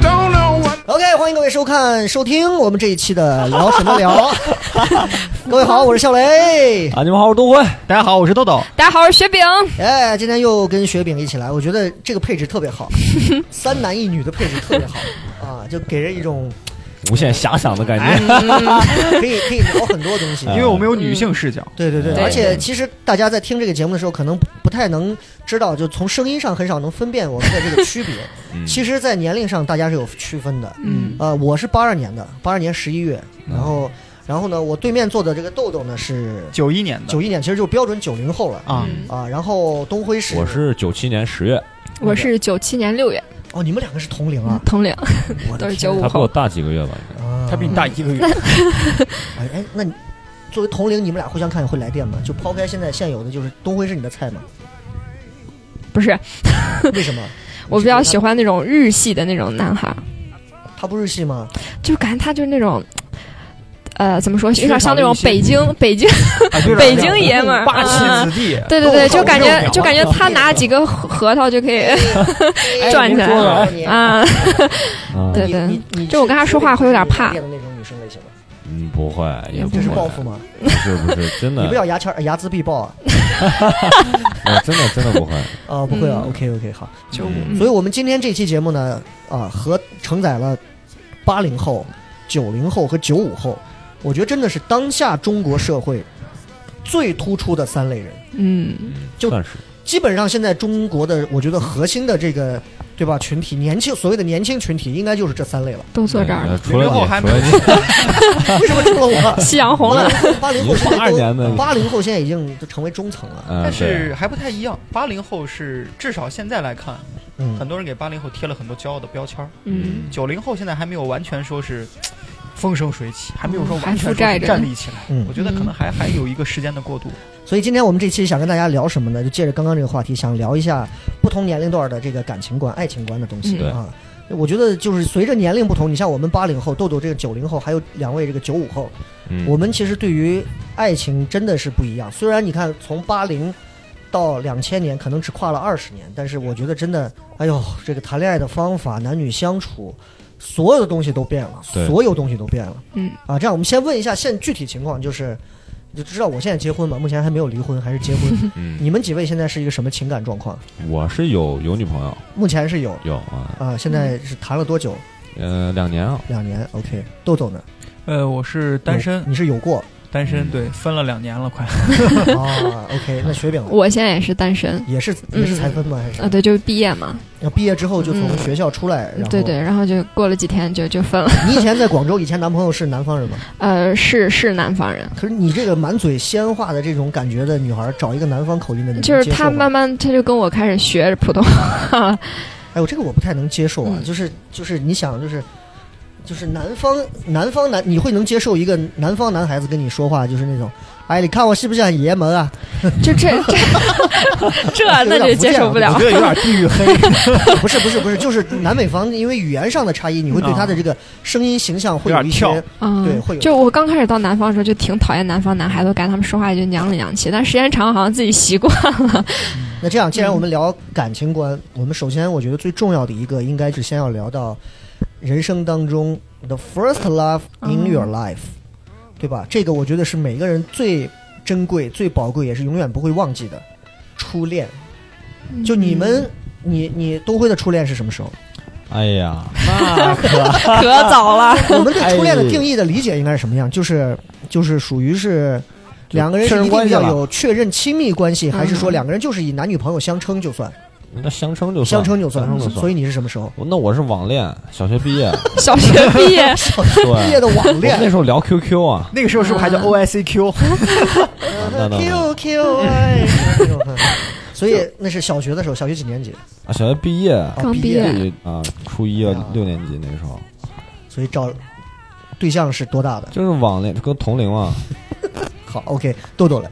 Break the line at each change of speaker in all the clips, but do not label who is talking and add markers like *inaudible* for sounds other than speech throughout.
Don't know what
OK，欢迎各位收看、收听我们这一期的聊什么 *laughs* 聊。各位好，我是笑雷。
*laughs* 啊，你们好，我是东辉。
大家好，我是豆豆。
大家好，我是雪饼。
哎，今天又跟雪饼一起来，我觉得这个配置特别好，三男一女的配置特别 *laughs* 好啊，就给人一种
无限遐想的感
哎
觉，
可以可以聊很多 *laughs* 东西。
因
因为我们有女性视角，
对嗯对对，
对
而且其实大家在听这个节目的时候，可能不太能知道，就从声音上很少能分辨我们的这个区别。其实，在年龄上大家是有区分的。
嗯，
呃，我是八二年的，八二年十一月，然后然后呢，我对面坐的这个豆豆呢是
九一年的
九一年，其实就是标准九零后了
啊，
啊。然后东辉是
我是九七年十月，
我是九七年六月
哦，你们两个是同龄
*laughs*
啊，
同龄，
我的
都是
天
九五
他比我
后。
大几个月吧？
啊，
大一 *laughs* 个月。
哎哎，那你作为同龄，你们俩互相看会来电吗？就抛开现在现有的，就是东辉是你的菜吗？
不是，
为什么？
*laughs* 我比较喜欢那种日系的那种男孩，
他不日系吗？
就是感觉他就是那种，呃，怎么说，有点像那
日
种
系
北京
*laughs*
北京
啊对了
北京爷们儿
霸气
嗯
子
啊
弟。
对对对，
都
就感觉
都
就感觉他拿几个核核桃就可以哎转起来
哎你
*laughs* 啊，
嗯
对
你你你
就我跟他说话会有点
是
怕
那种那种女生类型吗？
嗯，不会，也不
这是
会，啊
报复吗？
不是不是，真的，
你不要牙签儿睚眦必报啊！
我真的真的不会。
啊，不会啊
嗯
，OK OK，好。
就
嗯
所以我们今天这期节目呢，啊，和承载了八零后、九零后和九五后，我觉得真的是当下中国社会最突出的三类人。
嗯
就
算是
基本上现在中国的，我觉得核心的这个，对吧？群体年轻，所谓的年轻群体，应该就是这三类了。
都坐这儿了，
呃除了
零零后
你，
还
除
没
了你，
为什么除了我？
夕阳红了，
八零后现
82 *laughs*
在
年的
都
你
八零后现在已经就成为中层了。
*laughs* 嗯
但
对
是还不太一样，八零后是至少现在来看，
嗯
很，多人给八零后贴了很多骄傲的标签儿。
嗯，
九零后现在还没有完全说是 *sniffs* 风生水起，还没有说完
还
全
负债
说
着
站立起来
嗯。
我觉得可能还还有一个时间的过渡。
所以今天我们这期想跟大家聊什么呢？就借着刚刚这个话题，想聊一下不同年龄段的这个感情观、爱情观的东西
嗯
啊。我觉得就是随着年龄不同，你像我们八零后、豆豆这个九零后，还有两位这个九五后，
嗯
我们其实对于爱情真的是不一样。虽然你看从八零到两千年，可能只跨了二十年，但是我觉得真的，哎呦，这个谈恋爱的方法、男女相处，所有的东西都变了，
对。
所有东西都变了。
嗯
啊，这样我们先问一下现具体情况，就是你就知道我现在结婚嘛，目前还没有离婚，还是结婚
*laughs*
嗯，
你们几位现在是一个什么情感状况？
我是有有女朋友，
目前是有
有啊，
啊、现在是谈了多久？
呃，两年啊，
两年。OK，豆豆呢？
呃，我是单身
有，你是有
*laughs*
过
单身
嗯
对，分了两年了， *laughs* 快。
啊？OK，那雪饼呢
我现嗯在也是单身
也是也是才分吗？还是
啊，对，就是毕业嘛，
要毕业之后就从学校出来，然后
嗯对对，。然后就过了几天就就分了，
*laughs* 你以前在广州，以前男朋友是南方人吗？
*laughs* 呃，是是南方人。
可是你这个满嘴西安话的这种感觉的女孩，找一个南方口音的，你能
就是
接
他
受吗
慢慢他就跟我开始学普通话，
哎呦，这个我不太能接受啊！
嗯
就是就是，你想就是就是南方南方男，你会能接受一个南方男孩子跟你说话，就是那种，哎，你看我是不是很爷们
*laughs*
啊？
就这这这那就接受不了
我。
得有点地域黑。
不是不是不是，就是南北方因为语言上的差异，你
啊
会对他的这个声音形象会有一些
有点
嗯，
对会有
就我刚开始到南方的时候，就挺讨厌南方男孩子，我感觉他们说话就娘里娘气。但时间长，好像自己习惯了。
那这样，既然我们聊感情观，我们首先我觉得最重要的一个应该是先要聊到人生当中 the first love in your life，、对吧？这个我觉得是每个人最珍贵、最宝贵，也是永远不会忘记的初恋。就你们，你你东辉的初恋是什么时候？
哎呀，那可
可早了，
*laughs* 我们对初恋的定义的理解应该是什么样？就是就是属于是。两个人是一定要有确认亲密关系，还是说两个人就是以男女朋友相称就算？
那相称就
相
算
称就算。
相称就
所
算。
以你是什么时候？
那我是网恋，小学毕业，
小学毕业，
毕业
对，
的网
我那
恋
时候聊 QQ 啊，
*laughs* 那个时候是不是还叫 OICQ？
那那那
，QQ 哎，所以那是小学的时候，小学几年级？
啊，小学毕业
啊
刚
毕
毕
业
业，
啊，初一
啊
啊，六年级那时候，
所以找对象是多大的？
就是网恋，跟同龄嘛，
好，OK，豆豆了，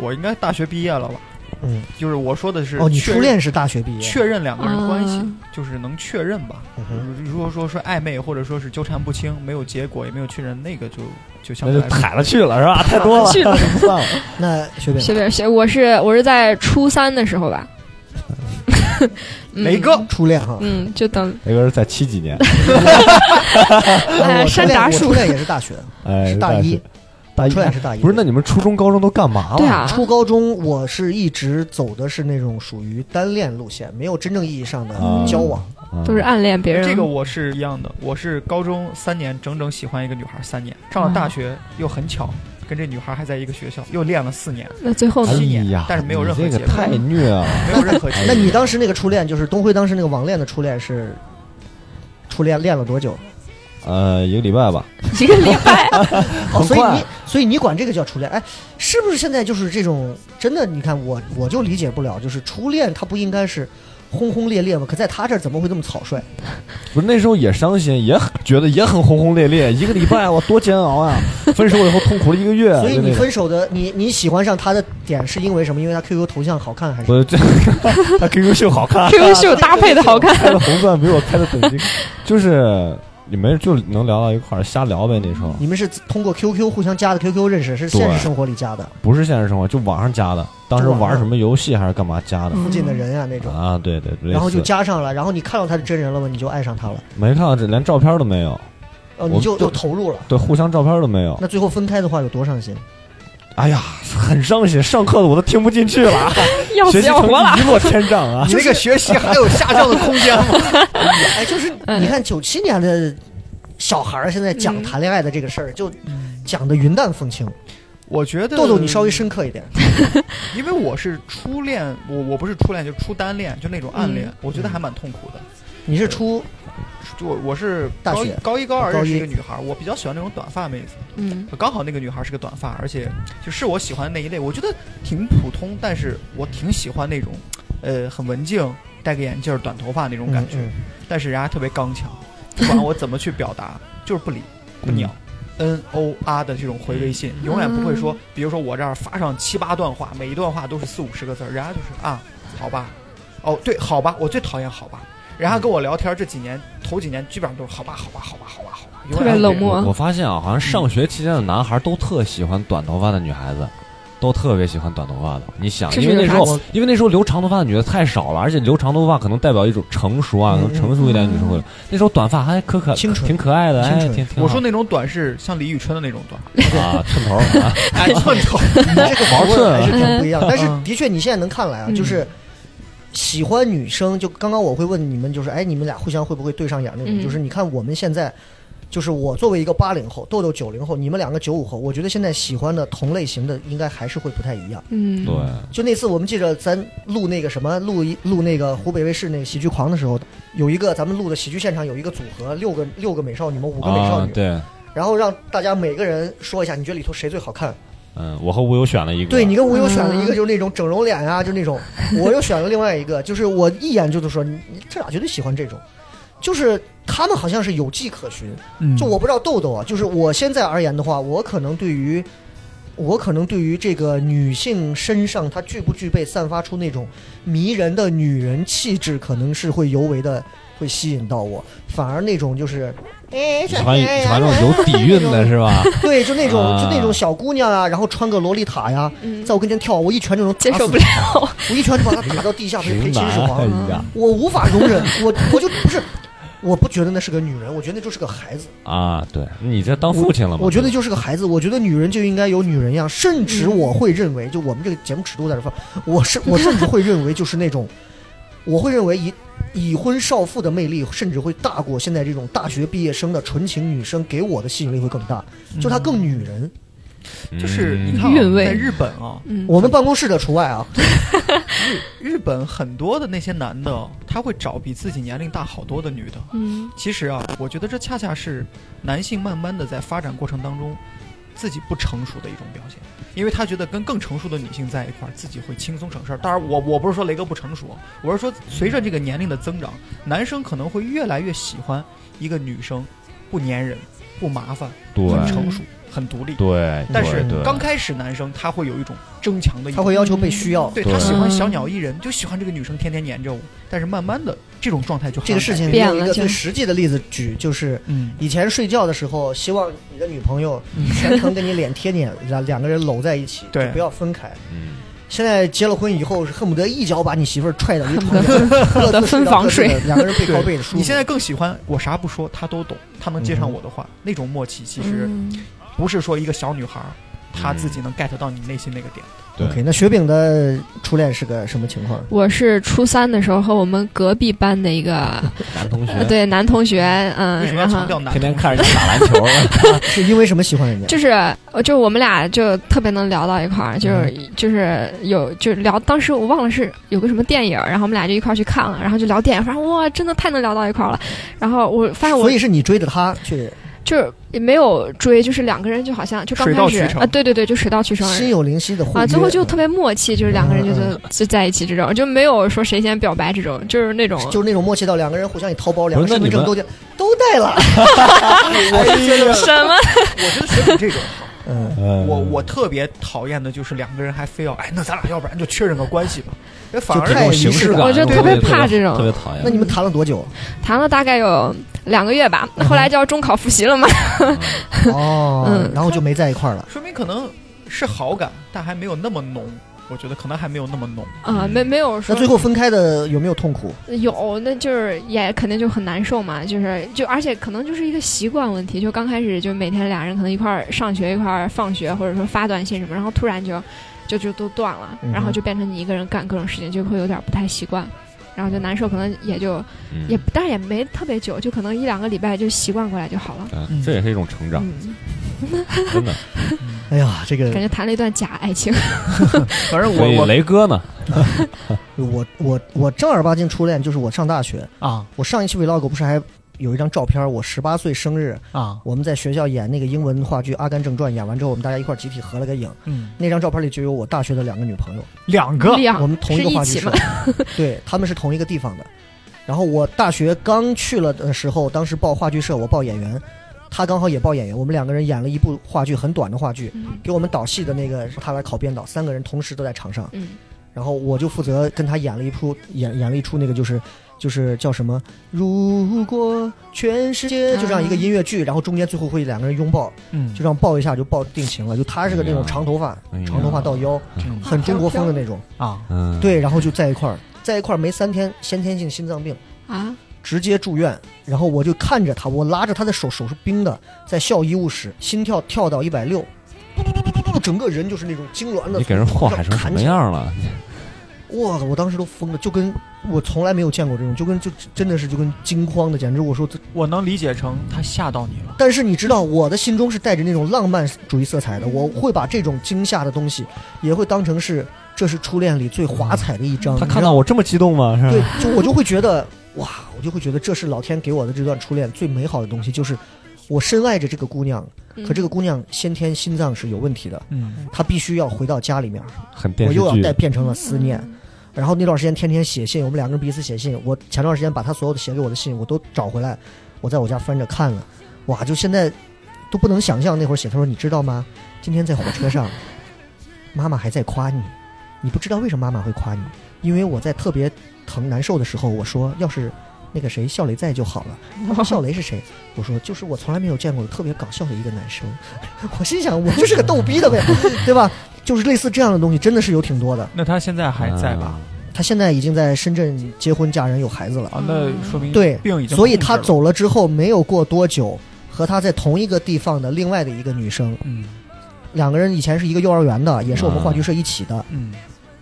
我应该大学毕业了吧？
嗯，
就是我说的是
哦，你初
确认
恋是大学毕业，
确认两个人关系，
嗯
就是能确认吧。
嗯哼
如果说是暧昧，或者说是纠缠不清，没有结果，也没有确认，那个就就相
那
对
就
来说
踩了去了是吧？太多了，
去了
不算了。
那学妹呢，
学妹学，我是我是在初三的时候吧，嗯
雷哥，
初恋哈，
嗯，就等
那个是在七几年，
哎
我初
山
恋
楂
我
树
初恋也是大学，
哎，
是大一，
大一
初恋是大一，
不是？那你们初中、高中都干嘛了？
对啊，
初高中我是一直走的是那种属于单恋路线，没有真正意义上的
啊
交往。
嗯
都是暗恋别人，
这个我是一样的，我是高中三年整整喜欢一个女孩三年，上
嗯
了大学又很巧跟这女孩还在一个学校，又练了四年，
那最后
哎
呢？
呀，
但是没有任何
你这
结
个
果
太虐了。
没有任何结
哎那
果。
你当时那个初恋，就是东辉当时那个网恋的初恋是初恋恋了多久？
呃，一个礼拜吧，
一个礼拜，
哦，
很
所以
快
你所以你管这个叫初恋？哎，是不是现在就是这种真的？你看我我就理解不了，就是初恋它不应该是轰轰烈烈吗？可在他这儿怎么会这么草率？
不是那时候也伤心，也很觉得也很轰轰烈烈，一个礼拜我多煎熬啊！分手以后痛苦了一个月，
所以
就那
你
个
分手的你你喜欢上他的点是因为什么？因为他 QQ 头像好看还是？
不是这 *laughs* 他 QQ 秀好看
QQ 秀搭配的好看，
开的红钻没有我开的本
*laughs*
金，就是你们就能聊到一块儿瞎聊呗。那时候
你们是通过 QQ 互相加的 QQ 认识，是现实
对
生活里加的，
不是现实生活，就网上加的，当时玩什么游戏还是干嘛加的
附近的人啊那种。
啊？对对，类似
然后就加上了，然后你看到他的真人了吗？你就爱上他了，
没看到这，连照片都没有，
哦，
我
你就
对
就投入了。
对，互相照片都没有。
那最后分开的话有多伤心？
哎呀，很伤心，上课的我都听不进
*laughs*
去了，
要死
学习
要
成
活
绩
了，
一落千丈啊！
你那个学习还有下降的空间吗？ *laughs*
*laughs* 哎，就是你看九七年的小孩儿现在讲
嗯
谈恋爱的这个事儿，就讲的云淡风轻。
我觉得
豆豆，你稍微深刻一点。
因为我是初恋，我我不是初恋，就初单恋，就那种暗
嗯
恋，我觉
嗯
得还蛮痛苦的。
你是初
就我我是
大
高一
学
高一高二
高
认识
一
一个女孩，我比较喜欢那种短发妹子，
嗯，
刚好那个女孩是个短发，而且就是我喜欢的那一类，我觉得挺普通，但是我挺喜欢那种，呃，很文静，戴个眼镜儿，短头发那种感觉，
嗯
但是人家特别刚强，不管我怎么去表达， *laughs* 就是不理不鸟。N O R 的这种回微信，永远不会说，比如说我这儿发上七八段话，每一段话都是四五十个字儿，人家就是啊，好吧，哦对，好吧，我最讨厌好吧。人家跟我聊天这几年，头几年基本上都是好吧，好吧，好吧，好吧，好吧，永远不
特别冷
会
漠
我我发现啊，好像上学期间的男孩都特喜欢短头发的女孩子，都特别喜欢短头发的。你想，
这是
因为那时
有啥
候，因为那时候留长头发的女的太少了，而且留长头发可能代表一种成熟啊，
嗯
可能成熟一点的女生会。那时候短发还可可
清纯
挺可爱的，
清
哎，
纯
挺挺好。
我说那种短是像李宇春的那种短，
*laughs*
啊，寸头啊，
哎，寸头，
嗯你这个毛论还是挺不一样，但是
嗯
的确你现在能看来啊，
嗯
就是喜欢女生，就刚刚我会问你们，就是哎，你们俩互相会不会对上眼那种？
嗯
就是你看我们现在，就是我作为一个八零后，豆豆九零后，你们两个九五后，我觉得现在喜欢的同类型的应该还是会不太一样。
嗯，
对，
就那次我们记着咱录那个什么录一录那个湖北卫视那个喜剧狂的时候，有一个咱们录的喜剧现场有一个组合，六个六个美少女嘛，五个美少
啊
女，，
对，
然后让大家每个人说一下，你觉得里头谁最好看？
嗯，我和吴友选了一个，
对你跟吴优选了一个就是那种整容脸啊，就那种，我又选了另外一个，就是我一眼就都说你你这俩绝对喜欢这种，就是他们好像是有迹可循。
嗯
就我不知道豆豆啊，就是我现在而言的话，我可能对于我可能对于这个女性身上她具不具备散发出那种迷人的女人气质，可能是会尤为的会吸引到我，反而那种就是。哎，
喜欢喜欢那种有底蕴的是吧？
对，就
*laughs*
那种、就那种
啊
小姑娘啊，然后穿个洛丽塔呀，
嗯
在我跟前跳，我一拳就能打
*laughs* 接受
死
不了，
我一拳就把他打到地下，赔赔
直
秦始
*laughs*
男，哎
皇，
呀
我无法容忍，我我就不是，我不觉得那是个女人，我觉得那就是个孩子，
啊，对你这当父亲了吗？
我觉得就是个孩子，我觉得女人就应该有女人样，甚至
嗯
我会认为，就我们这个节目尺度在这放，我是我甚至会认为就是那种，我会认为已已婚少妇的魅力，甚至会大过现在这种大学毕业生的纯情女生给我的吸引力会更大，
嗯
就她更女人，
嗯
就是你看、
韵味
啊，在日本啊，
嗯，
我们办公室的除外啊，
日本很多的那些男的，他会找比自己年龄大好多的女的。
嗯
其实啊，我觉得这恰恰是男性慢慢的在发展过程当中，自己不成熟的一种表现，因为他觉得跟更成熟的女性在一块儿，自己会轻松省事儿。当然我，我不是说雷哥不成熟，我是说随着这个年龄的增长，男生可能会越来越喜欢一个女生不粘人、不麻烦、
对
很成熟、很独立。
对，
但是
对
刚开始男生他会有一种争强的欲
他
望，
会要求被需要。
对
对
他喜欢小
嗯
鸟依人，就喜欢这个女生天天黏着我。但是慢慢的这种状态就
这个事情
变
用一
了
个
就
最实际的例子举，就是
嗯，
以前睡觉的时候，希望你的女朋友
嗯
全程跟你脸贴脸，两两个人搂在一起，
对
就不要分开。
嗯，
现在结了婚以后，是恨不得一脚把你媳妇儿踹到一床上，各 *laughs* 自
分房睡
各自的两个人背靠背的舒服。
你现在更喜欢我啥不说，他都懂，他能
嗯
接上我的话，那种默契
嗯
其实不是说一个小女孩儿
嗯
她自己能 get 到你内心那个点。
对
OK，那雪饼的初恋是个什么情
*laughs*
况？
我是初三的时候和我们隔壁班的一个
*laughs*
男同
呃
学
对男同学，
为
嗯，
什么要
然后
强调男
天
同
天
志
看人家打篮球，
是因为什么喜欢人家？
就是呃就我们俩就特别能聊到一块儿，
嗯
就是就是有就聊，当时我忘了是有个什么电影儿，然后我们俩就一块儿去看了，然后就聊电影，发现哇，真的太能聊到一块儿了。然后我发现我
所以是你追着他去，
就是也没有追，就是两个人就好像就刚
水
开
到
始
渠成
啊，对对对，就水到渠成。
心有灵犀的互
啊，
约
最后就特别默契，就是两个人就
嗯
就就在一起这种，就没有说谁先表白这种，就是那种
就是那种默契到两个人互相你掏包，两个
不是
身
那
份证
你
都都带
*laughs*
了。
什
哎
么
我觉得学姐这种好，
嗯，
我我特别讨厌的就是两个人还非要哎，那咱俩要不然就确认个关系吧，哎反
就
而
这种
哎
形式感
我就
对
特别
对对
怕
对
这种
特别讨厌。
那你们谈了多
*laughs*
久？
谈了大概有两个月吧，后来就要中考复习了嘛。
哦
嗯，
然后就没在一块儿了。
说明可能是好感，但还没有那么浓。我觉得可能还没有那么浓，
*laughs* 啊，没没有
那
说
最后分开的有没有痛苦？
有，那就是也肯定就很难受嘛，就是就而且可能就是一个习惯问题，就刚开始就每天俩人可能一块儿上学一块儿放学，或者说发短信什么，然后突然就就就都断了，
嗯
然后就变成你一个人干各种事情，就会有点不太习惯。然后就难受，可能也就
嗯
也，但是也没特别久，就可能一两个礼拜就习惯过来就好了。
嗯这也是一种成长，
嗯，
真的。
哎呀，这个
感觉谈了一段假爱情。
反正
所
我
以
我
雷哥呢，
我我我正儿八经初恋就是我上大学，
啊
我上一期 vlog 不是还有一张照片儿，我十八岁生日，
啊
我们在学校演那个英文话剧《阿甘正传》，演完之后我们大家一块儿集体合了个影，
嗯，
那张照片里就有我大学的两个女朋友，
两
*laughs*
个
两
哦我们同
啊是
个
一
话剧
起
社
吗？，
对，他们是同一个地方的。然后我大学刚去了的时候，当时报话剧社，我报演员，他刚好也报演员，我们两个人演了一部话剧，很短的话剧，
嗯
给我们导戏的那个他来考编导，三个人同时都在场上。
嗯，
然后我就负责跟他演了一出演演了一出那个就是就是叫什么？如果全世界就这样一个音乐剧，然后中间最后会两个人拥抱，
嗯
就这样抱一下就抱定情了。就他是个那
哎
种
呀
长头发
哎呀，
长头发到腰，很中国风的那种。
啊，
嗯，
对，然后就在一块儿，在一块儿没三天，先天性心脏病
啊，
直接住院。然后我就看着他，我拉着他的手，手是冰的，在校医务室，心跳跳到一百六，整个人就是那种痉挛的。
你给人祸害成什么样啊了？
哇，我当时都疯了，就跟我从来没有见过这种，就跟就真的是就跟惊慌的，简直我说这。
我能理解成他吓到你了，
但是你知道，我的心中是带着那种浪漫主义色彩的，我会把这种惊吓的东西，也会当成是这是初恋里最华彩的一章。
他
你知
看
道
到我这么激动吗？是
对
吧？，
就我就会觉得哇，我就会觉得这是老天给我的这段初恋最美好的东西，就是我深爱着这个姑娘，
嗯
可这个姑娘先天心脏是有问题的，
嗯，
她必须要回到家里面，
很电
我
视
又要
剧
带变成了思念。
嗯
然后那段时间天天写信，我们两个人彼此写信。我前段时间把他所有的写给我的信我都找回来，我在我家翻着看了，哇，就现在都不能想象那会儿写。他说：“你知道吗？今天在火车上， *laughs* 妈妈还在夸你，你不知道为什么妈妈会夸你，因为我在特别疼难受的时候，我说要是那个谁笑雷在就好了。”
哦
他说：“笑雷是谁？”我说：“就是我从来没有见过特别搞笑的一个男生。” *laughs* 我心想，我就是个逗逼的呗，对吧？就是类似这样的东西，真的是有挺多的。
那他现在还在吧？？
他现在已经在深圳结婚嫁人有孩子了，
啊，那说明
对
病已经
所以他
控制了，
走了之后没有过多久，和他在同一个地方的另外的一个女生，
嗯
两个人以前是一个幼儿园的，也是我们
啊
话剧社一起的，
嗯，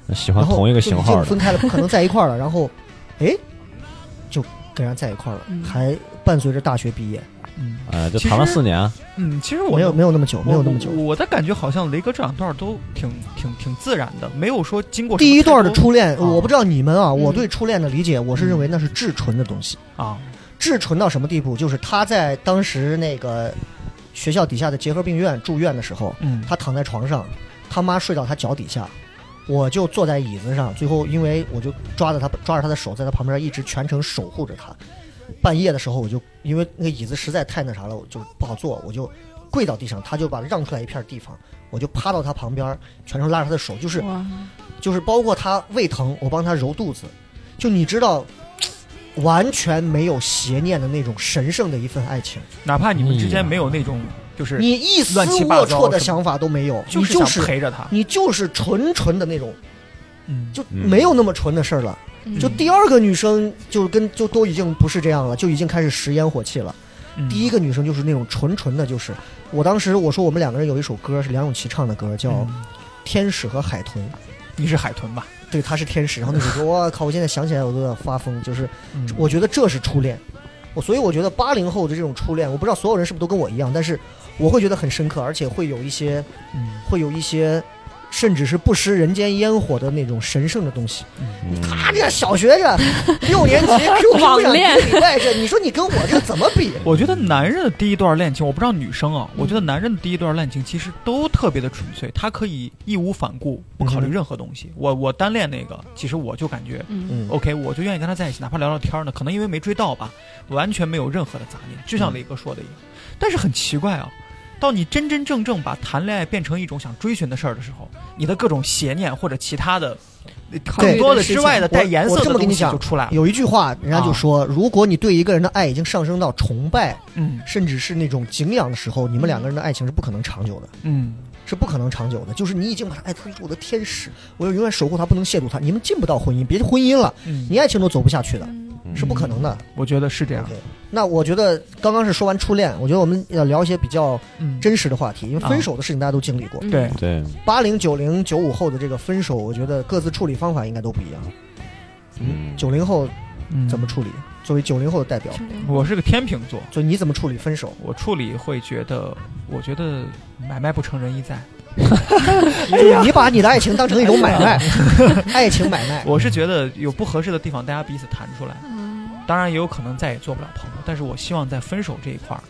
啊喜欢
然后
同一个
就已经
型号的
分开了，不可能在一块儿了。然后，哎，就跟人家在一块儿了，
嗯
还伴随着大学毕业，
嗯
啊，就
其
谈了
实
四年，
嗯，其实我
没有没有那么久，没有那么久
我。我的感觉好像雷哥这两段都挺挺挺自然的，没有说经过什么
第一段的
太多
初恋，
啊
我不知道你们啊，
嗯
我对初恋的理解，我是认为那是至纯的东西。
啊，
至纯到什么地步？就是他在当时那个学校底下的结核病院住院的时候，
嗯，
他躺在床上，他妈睡到他脚底下，我就坐在椅子上，最后因为我就抓着他抓着他的手，在他旁边一直全程守护着他。半夜的时候，我就因为那个椅子实在太那啥了，我就不好坐，我就跪到地上，他就把让出来一片地方，我就趴到他旁边，全程拉着他的手，就是
哇，
就是包括他胃疼，我帮他揉肚子，就你知道，完全没有邪念的那种神圣的一份爱情，
哪怕你们之间没有那种就是
你一丝
乱七八
龌
糟
龊的
什么
想法都没有，
就
你
是
就
想
是
陪着他，
你就是纯纯的那种，
嗯，
就
嗯
没有那么纯的事儿了。
嗯
就第二个女生就跟就都已经不是这样了，就已经开始食烟火气了。第一
个
个女生就是那种纯纯的，就是我当时我说我们两个人有一首歌是梁咏琪唱的歌，叫《
嗯
天使和海豚》。
你是海豚吧？
对，她是天使，然后那首歌，我靠！我现在想起来我都要发疯，就是
嗯
我觉得这是初恋，我所以我觉得八零后的这种初恋，我不知道所有人是不是都跟我一样，但是我会觉得很深刻，而且会有一些
嗯
会有一些，甚至是不食人间烟火的那种神圣的东西。他这小学
*laughs*
这六年级 QQ 上
网恋
跟你带着，你说你跟我这怎么比？
我觉得男人的第一段恋情，我不知道女生啊，我
嗯
觉得男人的第一段恋情其实都特别的纯粹，他可以义无反顾，不
嗯
考虑任何东西。我我单恋那个，其实我就感觉
嗯
嗯，
OK，我就愿意跟他在一起，哪怕聊聊天儿呢，可能因为没追到吧，完全没有任何的杂念，就像
嗯
磊哥说的一样。但是很奇怪啊，到你真真正正把谈恋爱变成一种想追寻的事儿的时候，你的各种邪念或者其他的
考
更
虑
多
的
的
事
之
情
外的带颜色
我这
的
么跟
东
你
西就
讲
出来了。
有一句话，人家就说，如果你对一个人的爱已经上升到崇拜，
嗯
甚至是那种敬仰的时候，你们两个人的爱情是不可能长久的，
嗯，
是不可能长久的。就是你已经把他爱，他是我的天使，我要永远守护他，不能亵渎他。你们进不到婚姻，别婚姻了，
嗯
你爱情都走不下去的，
嗯
是不可能的。
我觉得是这样
OK。那我觉得刚刚是说完初恋，我觉得我们要聊一些比较
嗯，
真实的话题，因为
啊
分手的事情大家都经历过。
嗯
对，
对，
八零、九零、九五后的这个分手，我觉得各自处理方法应该都不一样。
嗯
九零后
嗯
怎么？处理？作为九零后的代表，
我是个天秤座，
就你怎么处理分手？
我处理会觉得，我觉得买卖不成仁义在。
就是你把你的爱情当成一种买卖，爱情买卖。
我是觉得有不合适的地方，大家彼此谈出来。
嗯
当然也有可能再也做不了朋友，但是我希望在分手这一块儿，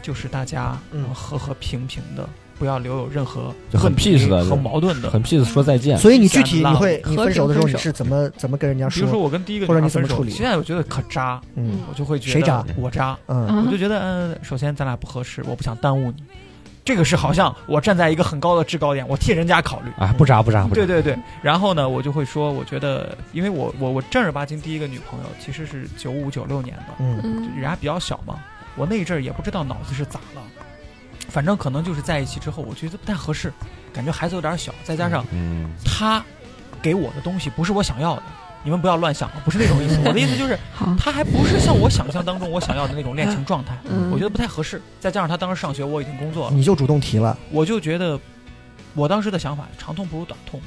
就是大家
嗯
能和和平平的，不要留有任何
就很
问题
peace 的
和矛盾的。
很 peace 说再见，
所以你具体你会
和平
你分手的时候
分
你
手
是怎么怎么跟人家
比如说
说？
我跟第一个
或者
女孩
你怎么
分手
处理
现在我觉得可渣，
嗯
我就会觉得
谁渣
我渣，
嗯
我就觉得嗯、首先咱俩不合适，我不想耽误你。这个是好像我站在一个很高的制高点，我替人家考虑。
哎，不渣不渣不渣
对，对对，然后呢，我就会说，我觉得，因为我我我正儿八经第一个女朋友其实是九五九六年的，
嗯
就
嗯
人家比较小嘛，我那一阵儿也不知道脑子是咋了，反正可能就是在一起之后，我觉得不太合适，感觉孩子有点小，再加上
嗯，
他给我的东西不是我想要的，你们不要乱想，啊，不是那种意思，我的意思就是
好
他还不是像我想象当中我想要的那种恋情状态，
嗯
我觉得不太合适，再加上他当时上学，我已经工作了，
你就主动提了，
我就觉得我当时的想法，长痛不如短痛。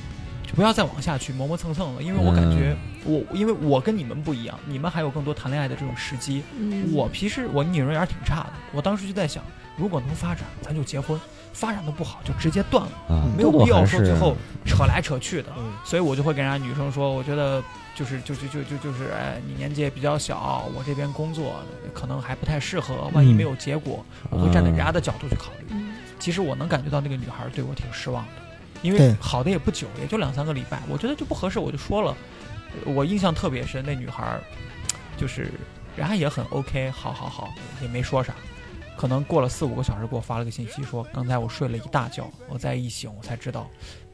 就不要再往下去磨磨蹭蹭了，因为我感觉我，因为我跟你们不一样，你们还有更多谈恋爱的这种时机，
嗯
我平时我女人缘儿挺差的，我当时就在想，如果能发展，咱就结婚；发展的不好，就直接断了，
啊
没有必要说最
最
后扯来扯去的。
嗯
所以我就会跟人家女生说，我觉得就是就就就就就是，哎，你年纪也比较小，我这边工作可能还不太适合，万一没有结果，
嗯
我会站在人家的角度去考虑。
嗯
其实我能感觉到那个女孩对我挺失望的，因
对
为好的也不久，也就两三个礼拜，我觉得就不合适，我就说了。呃我印象特别深，那女孩儿就是人家也很 OK，好好好，也没说啥。可能过了四五个小时，给我发了个信息说，刚才我睡了一大觉，我再一醒，我才知道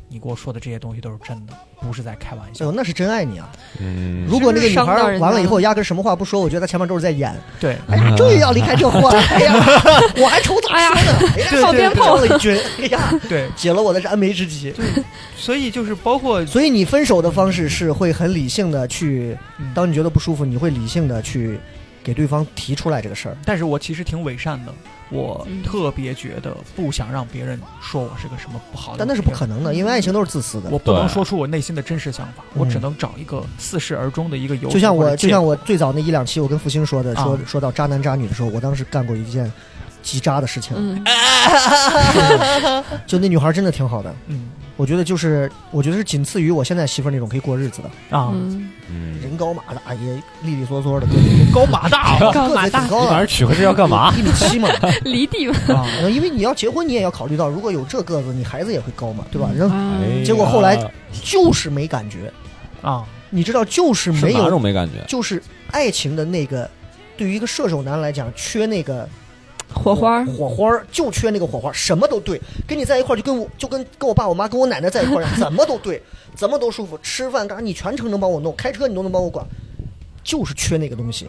你给我说的这些东西都是真的，不是在开玩
哎
笑
呦，。那是真爱你啊！
嗯
如果那个女孩
伤到人
儿
家
完了以后压根什么话不说，我觉得她前面都是在演。
对，
哎呀，终于要离开这货了！哎呀，我还愁咋说呢？哎呀，
对
*laughs* 放鞭炮
了一军！哎呀，
对，
解了我的燃眉之急。
所以就是包括
所以你分手的方式是会很理性的去，
嗯
当你觉得不舒服，你会理性的去给对方提出来这个事儿。
但是我其实挺伪善的，我
嗯
特别觉得不想让别人说我是个什么不好的人，
但那是不可能的，因为爱情都是自私的。
我不能
对
说出我内心的真实想法，
嗯
我只能找一个似是而终的一个由头
就像
或
我，
者
就
借
像
口
我最早那一两期，我跟复兴说的，
啊
说说到渣男渣女的时候，我当时干过一件
哎
极渣的事情。
嗯
*laughs* 就那女孩真的挺好的，
嗯，
我我觉得就是，我觉得是仅次于我现在媳妇儿那种可以过日子的，
啊，
嗯，
嗯，
人高马大，也利利索索的，
高马大哦
高马大
啊个子也挺高
晚
的
上娶回去要干嘛？
一米七嘛。 *laughs*
离地吧。
啊，
然后因为你要结婚，你也要考虑到，如果有这个子，你孩子也会高嘛，对吧？然后
啊
哎呀
结果后来就是没感觉，
啊，
你知道，就是
是
没
哪
有，
种没感觉？
就是爱情的那个，对于一个射手男来讲，缺那个
火花儿，
火花儿就缺那个火花儿，什么都对。跟你在一块儿，就跟我就跟跟我爸、我妈、跟我奶奶在一
*laughs*
块儿，怎么都对，怎么都舒服。吃饭干啥你全程能帮我弄，开车你都能帮我管，就是缺那个东西。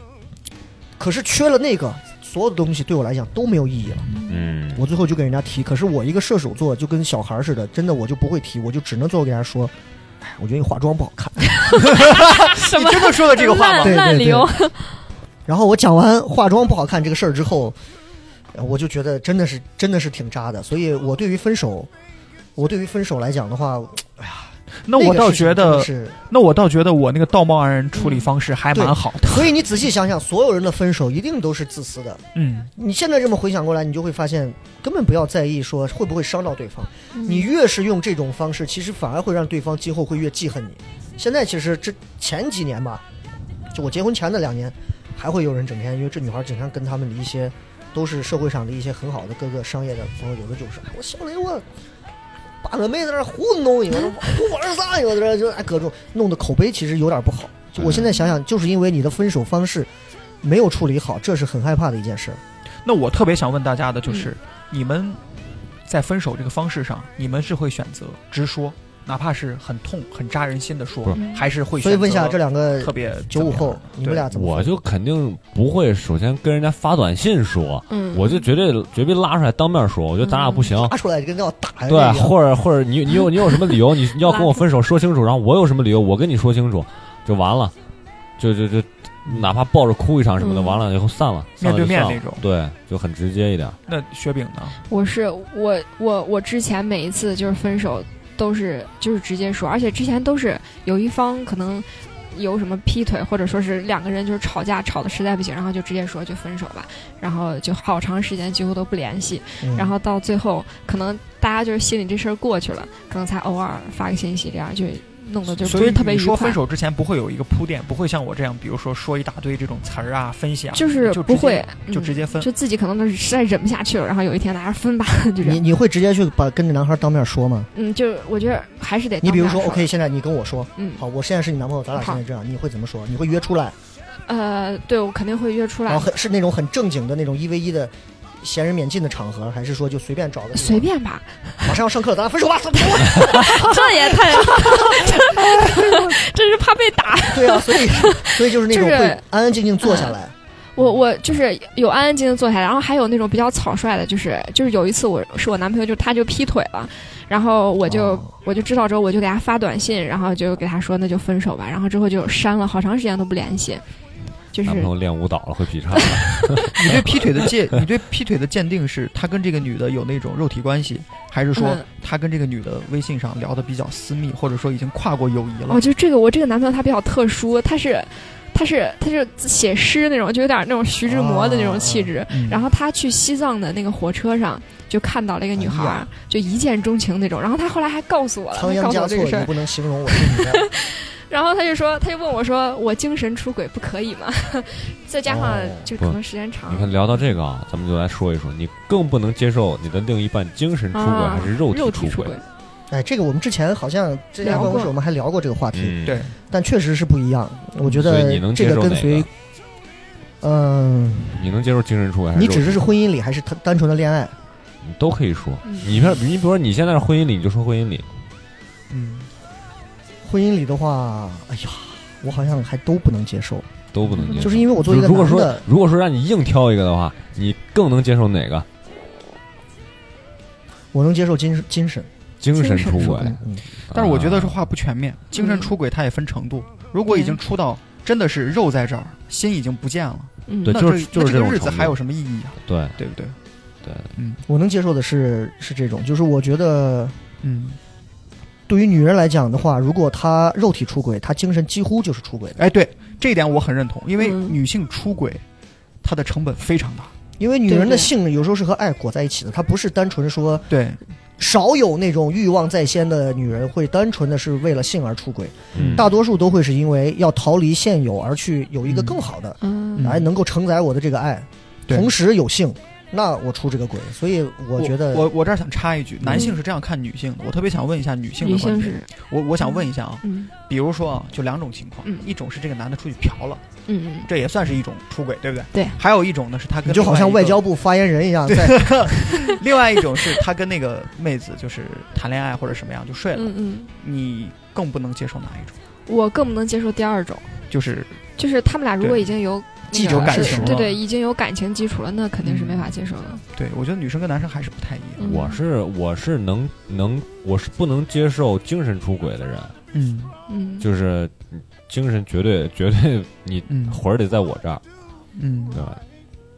可是缺了那个，所有的东西对我来讲都没有意义了。
嗯，
我最后就给人家提，可是我一个射手座就跟小孩儿似的，真的我就不会提，我就只能最后给人家说，哎，我觉得你化妆不好看。
*laughs* 什
你
么
真的说了这个话吗？
对
烂烂理由？
然后我讲完化妆不好看这个事儿之后，呃我就觉得真的是真的是挺渣的。所以我对于分手，我对于分手来讲的话，
那
那
我
个
倒
事情
觉
真的
得，
是。嗯
那我倒觉得我那个道貌岸然处理方式还蛮好
*laughs*
的。
所以你仔细想想，所有人的分手一定都是自私的。
嗯，
你现在这么回想过来，你就会发现根本不要在意说会不会伤到对方。你越是用这种方式，其实反而会让对方今后会越记恨你。现在其实这前几年吧，就我结婚前的两年，还会有人整天，因为这女孩整天跟他们的一些都是社会上的一些很好的各个商业的朋友，有的就是哎我小雷我。把个妹在那儿糊弄你们，胡玩啥？有的人就哎各种弄的口碑其实有点不好。就我现在想想，就是因为你的分手方式没有处理好，这是很害怕的一件事儿。
那我特别想问大家的
嗯
就是，你们在分手这个方式上，你们是会选择直说，哪怕是很痛、很扎人心的说
不，
嗯
还是会选择
所以问一下这两个
特别
九五后，你们俩怎么分？
我就肯定不会，首先跟人家发短信说，
嗯，
我就绝对绝对拉出来当面说，我觉得咱俩不行。
拉出来就跟要打人一
对，
样。
或者或者你你有你有什么理由，你你要跟我分手说清楚，然后我有什么理由，我跟你说清楚，就完了，就就就哪怕抱着哭一场什么的，
嗯
完了以后散了，散
面对
了就
面
散
那
了
种
对，就很直接一点。
那雪饼呢？
我是我我我之前每一次就是分手都是就是直接说，而且之前都是有一方可能有什么劈腿，或者说是两个人就是吵架吵的实在不行，然后就直接说就分手吧，然后就好长时间几乎都不联系，
嗯
然后到最后可能大家就是心里这事儿过去了，可能才偶尔发个信息，这样就弄得就
所
不
以
是特别
你
愉
说
快
分。手之前不会有一个铺垫，不会像我这样，比如说说一大堆这种词儿啊、分析啊，
就是
就直
不
接
会，
就
嗯
直接分。
就自己可能都是实在忍不下去了，然后有一天大家分吧，就这
你
样。
你会直接去把跟这男孩当面说吗？
嗯，就是我觉得还是得
你
当
比如
面
说，OK，现在你跟我说，
嗯，
好，我现在是你男朋友，咱俩现在这样，你会怎么说？你会约出来，
呃，对我肯定会约出
然后
来，
很是那种很正经的那种一 v 一的闲人免进的场合，还是说就随便找个地方
随？便吧， *laughs*
马上要上课了，咱俩分手吧！ *laughs* 走
这也 *laughs* 太，这是怕被打。
对啊，所以所以就是那种
就是
会安安静静坐下来，
我我就是有安安静静坐下来，然后还有那种比较草率的，就是就是有一次我是我男朋友就他就劈腿了，然后我就、
哦
我就知道之后我就给他发短信，然后就给他说那就分手吧，然后之后就删了，好长时间都不联系，就是
男朋友练舞蹈了，会劈叉了。
你对劈腿的界，你对劈腿的鉴定是他跟这个女的有那种肉体关系，还是说
嗯
他跟这个女的微信上聊的比较私密，或者说已经跨过友谊了
哦，？就这个我这个男朋友他比较特殊，他是他是他是写诗那种，就有点那种徐志摩的那种气质。
嗯
然后他去西藏的那个火车上，就看到了一个女孩
哎
儿
呀，
就一见钟情那种。然后他后来还告诉啊我了，
仓
他
央
告诉
嘉
我这个
措，
事
你
儿。
不能形容我对你的。 *laughs*
然后他就说，他就问我说，我精神出轨不可以吗？ *laughs* 再加上
哦
就
不
可能时间长
你，看聊到这个啊，咱们就来说一说，你更不能接受你的另一半精神出轨
啊
还是肉
肉
体
出
轨？
轨，
哎，这个我们之前好像之前
聊过
办公室我们还聊过这个话题，
嗯，
对，
但确实是不一样。我觉
所以
得
你能
这
接
个
受
跟
哪
随
个，？
嗯，
你能接受精神出轨还是
你
肉体？
只是是婚姻里还是单单纯的恋爱？
你都可以说
嗯。
你看，你比如说你现在是婚姻里，你就说婚姻里。
嗯，
婚姻里的话，哎呀，我好像还都不能接受，
都不能接受，
嗯就是因为我作为一个
如果
男
说
的，
如果说让你硬挑一个的话，你更能接受哪个？
我能接受精神精神
精神
神
出轨，
嗯，
但是我觉得这
啊
话不全面，精
嗯
神出轨它也分程度。如果已经出到真的是肉在这儿，心已经不见了，
嗯，
对
那
就是
这
就是
那这
这
个
种
日子
程度
还有什么意义啊？
对
对不对？
对，
我能接受的是是这种，就是我觉得
嗯，
对于女人来讲的话，如果她肉体出轨，她精神几乎就是出轨的，
哎，对这一点我很认同，因为
嗯
女性出轨，她的成本非常大。
因为女人
对
的
对
性有时候是和爱裹在一起的，她不是单纯说
对，
少有那种欲望在先的女人会单纯的是为了性而出轨，
嗯
大多数都会是因为要逃离现有而去有一个
嗯
更好的，
嗯
嗯
来能够承载我的这个爱，
对
同时有性，那我出这个轨。所以我觉得嗯
我我这儿想插一句，男性是这样看女性的，我特别想问一下女性
女
的观
性
点。
是
我我想问一下啊，
嗯
比如说啊，就两种情况
嗯，
一种是这个男的出去嫖了，
嗯
这也算是一种出轨，对不对？
对
还有一种呢，是他
你
跟
就好像
另外
外
一个
交，部发言人一样，在
*laughs* 另外一种是他跟那个妹子就是谈恋爱或者什么样就睡了，
嗯嗯，
你更不能接受哪一种？
我更不能接受第二种，
就是
就是他们俩如果已经有
既
那个
有感
是
情
对
了
对，已经有感情基础了，那肯定是没法接受的。
对我觉得女生跟男生还是不太一样。
嗯
我是我是能能我是不能接受精神出轨的人，
嗯
嗯，
就是精神绝对绝对你
嗯
魂儿得在我这儿，
嗯
对吧？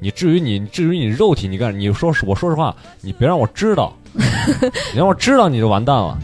你至于你至于你肉体你干，你说实我说实话，你别让我知道，你让我知道你就完蛋了。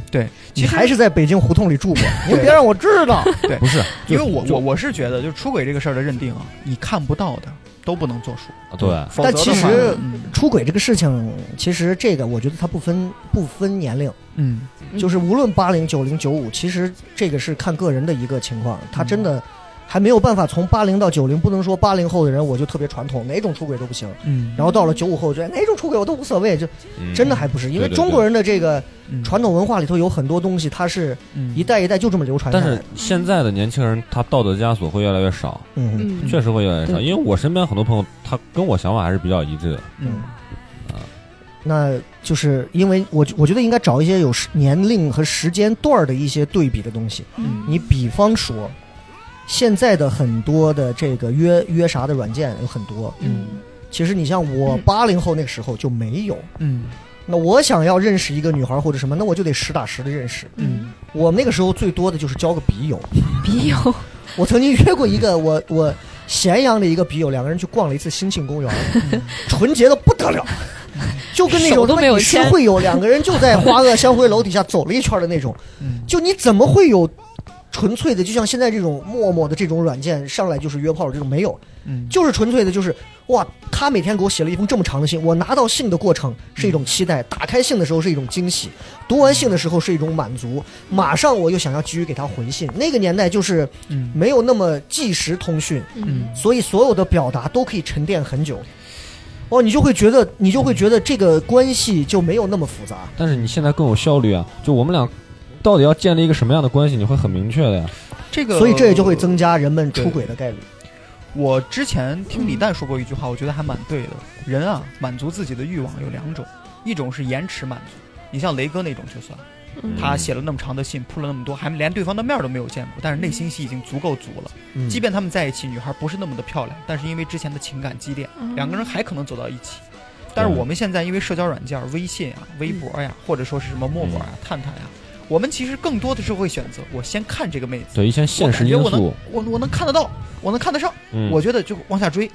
你
其实
还是在北京胡同里住过，你别让我知道。
不是，
因为我
就
我我是觉得，就是出轨这个事儿的认定啊，你看不到的都不能作数。
对，
否则的话
但其实
嗯
出轨这个事情，其实这个我觉得它不分不分年龄，
嗯
嗯
就是无论八零、九零、九五，其实这个是看个人的一个情况，他真
嗯
的还没有办法从八零到九零，不能说八零后的人我就特别传统，哪种出轨都不行，
嗯
然后到了九五后就哎哪种出轨我都无所谓，就
嗯
真的还不是，因为
对对
中国人的这个
嗯
传统文化里头有很多东西，它是
嗯
一代一代就这么流传下
但
来
是
的。
现在的年轻人，他道德枷锁会越来越少，
嗯，
嗯 *laughs*
确实会越来越少。
对
因为我身边很多朋友，他跟我想法还是比较一致的。
嗯
那就是因为我我觉得应该找一些有时年龄和时间段儿的一些对比的东西。
嗯
你比方说，现在的很多的这个约约啥的软件有很多，
嗯
其实你像我
嗯
八零后那个时候就没有。
嗯
那我想要认识一个女孩或者什么，那我就得实打实的认识。
嗯，
我那个时候最多的就是交个笔友。
笔友
我曾经约过一个我我咸阳的一个笔友，两个人去逛了一次兴庆公园，纯洁的不得了，就跟那
手
种他
都
妈
没有
你是
牵
会有两个人就在花萼香晖楼底下走了一圈的那种，
嗯
就你怎么会有纯粹的，就像现在这种陌陌的这种软件上来就是约炮这种没有，
嗯
就是纯粹的，就是哇，他每天给我写了一封这么长的信，我拿到信的过程是一种期待，打开信的时候是一种惊喜，读完信的时候是一种满足，马上我又想要急于给他回信。那个年代就是
嗯
没有那么即时通讯，
嗯
所以所有的表达都可以沉淀很久。哦，你就会觉得，你就会觉得这个关系就没有那么复杂。
但是你现在更有效率啊！就我们俩到底要建立一个什么样的关系，你会很明确的呀。
这个，
所以这也就会。增加人们出轨的概率。
我之前听李诞说过一句话，我觉得还蛮对的。人啊，满足自己的欲望有两种，一种是延迟满足。你像雷哥那种就算，
嗯
他写了那么长的信，铺了那么多，还连对方的面儿都没有见过，但是内心戏已经足够足了。
嗯
即便他们在一起，女孩不是那么的漂亮，但是因为之前的情感积淀，
嗯
两个人还可能走到一起。但是我们现在因为社交软件儿，微信啊、微博呀、或者说是什么陌陌啊、探探呀、
嗯
我们其实更多的是会选择我先看这个妹子，
对一些现实因
我感觉
素，
我我能看得到，我能看得上，
嗯，
我觉得就往下追。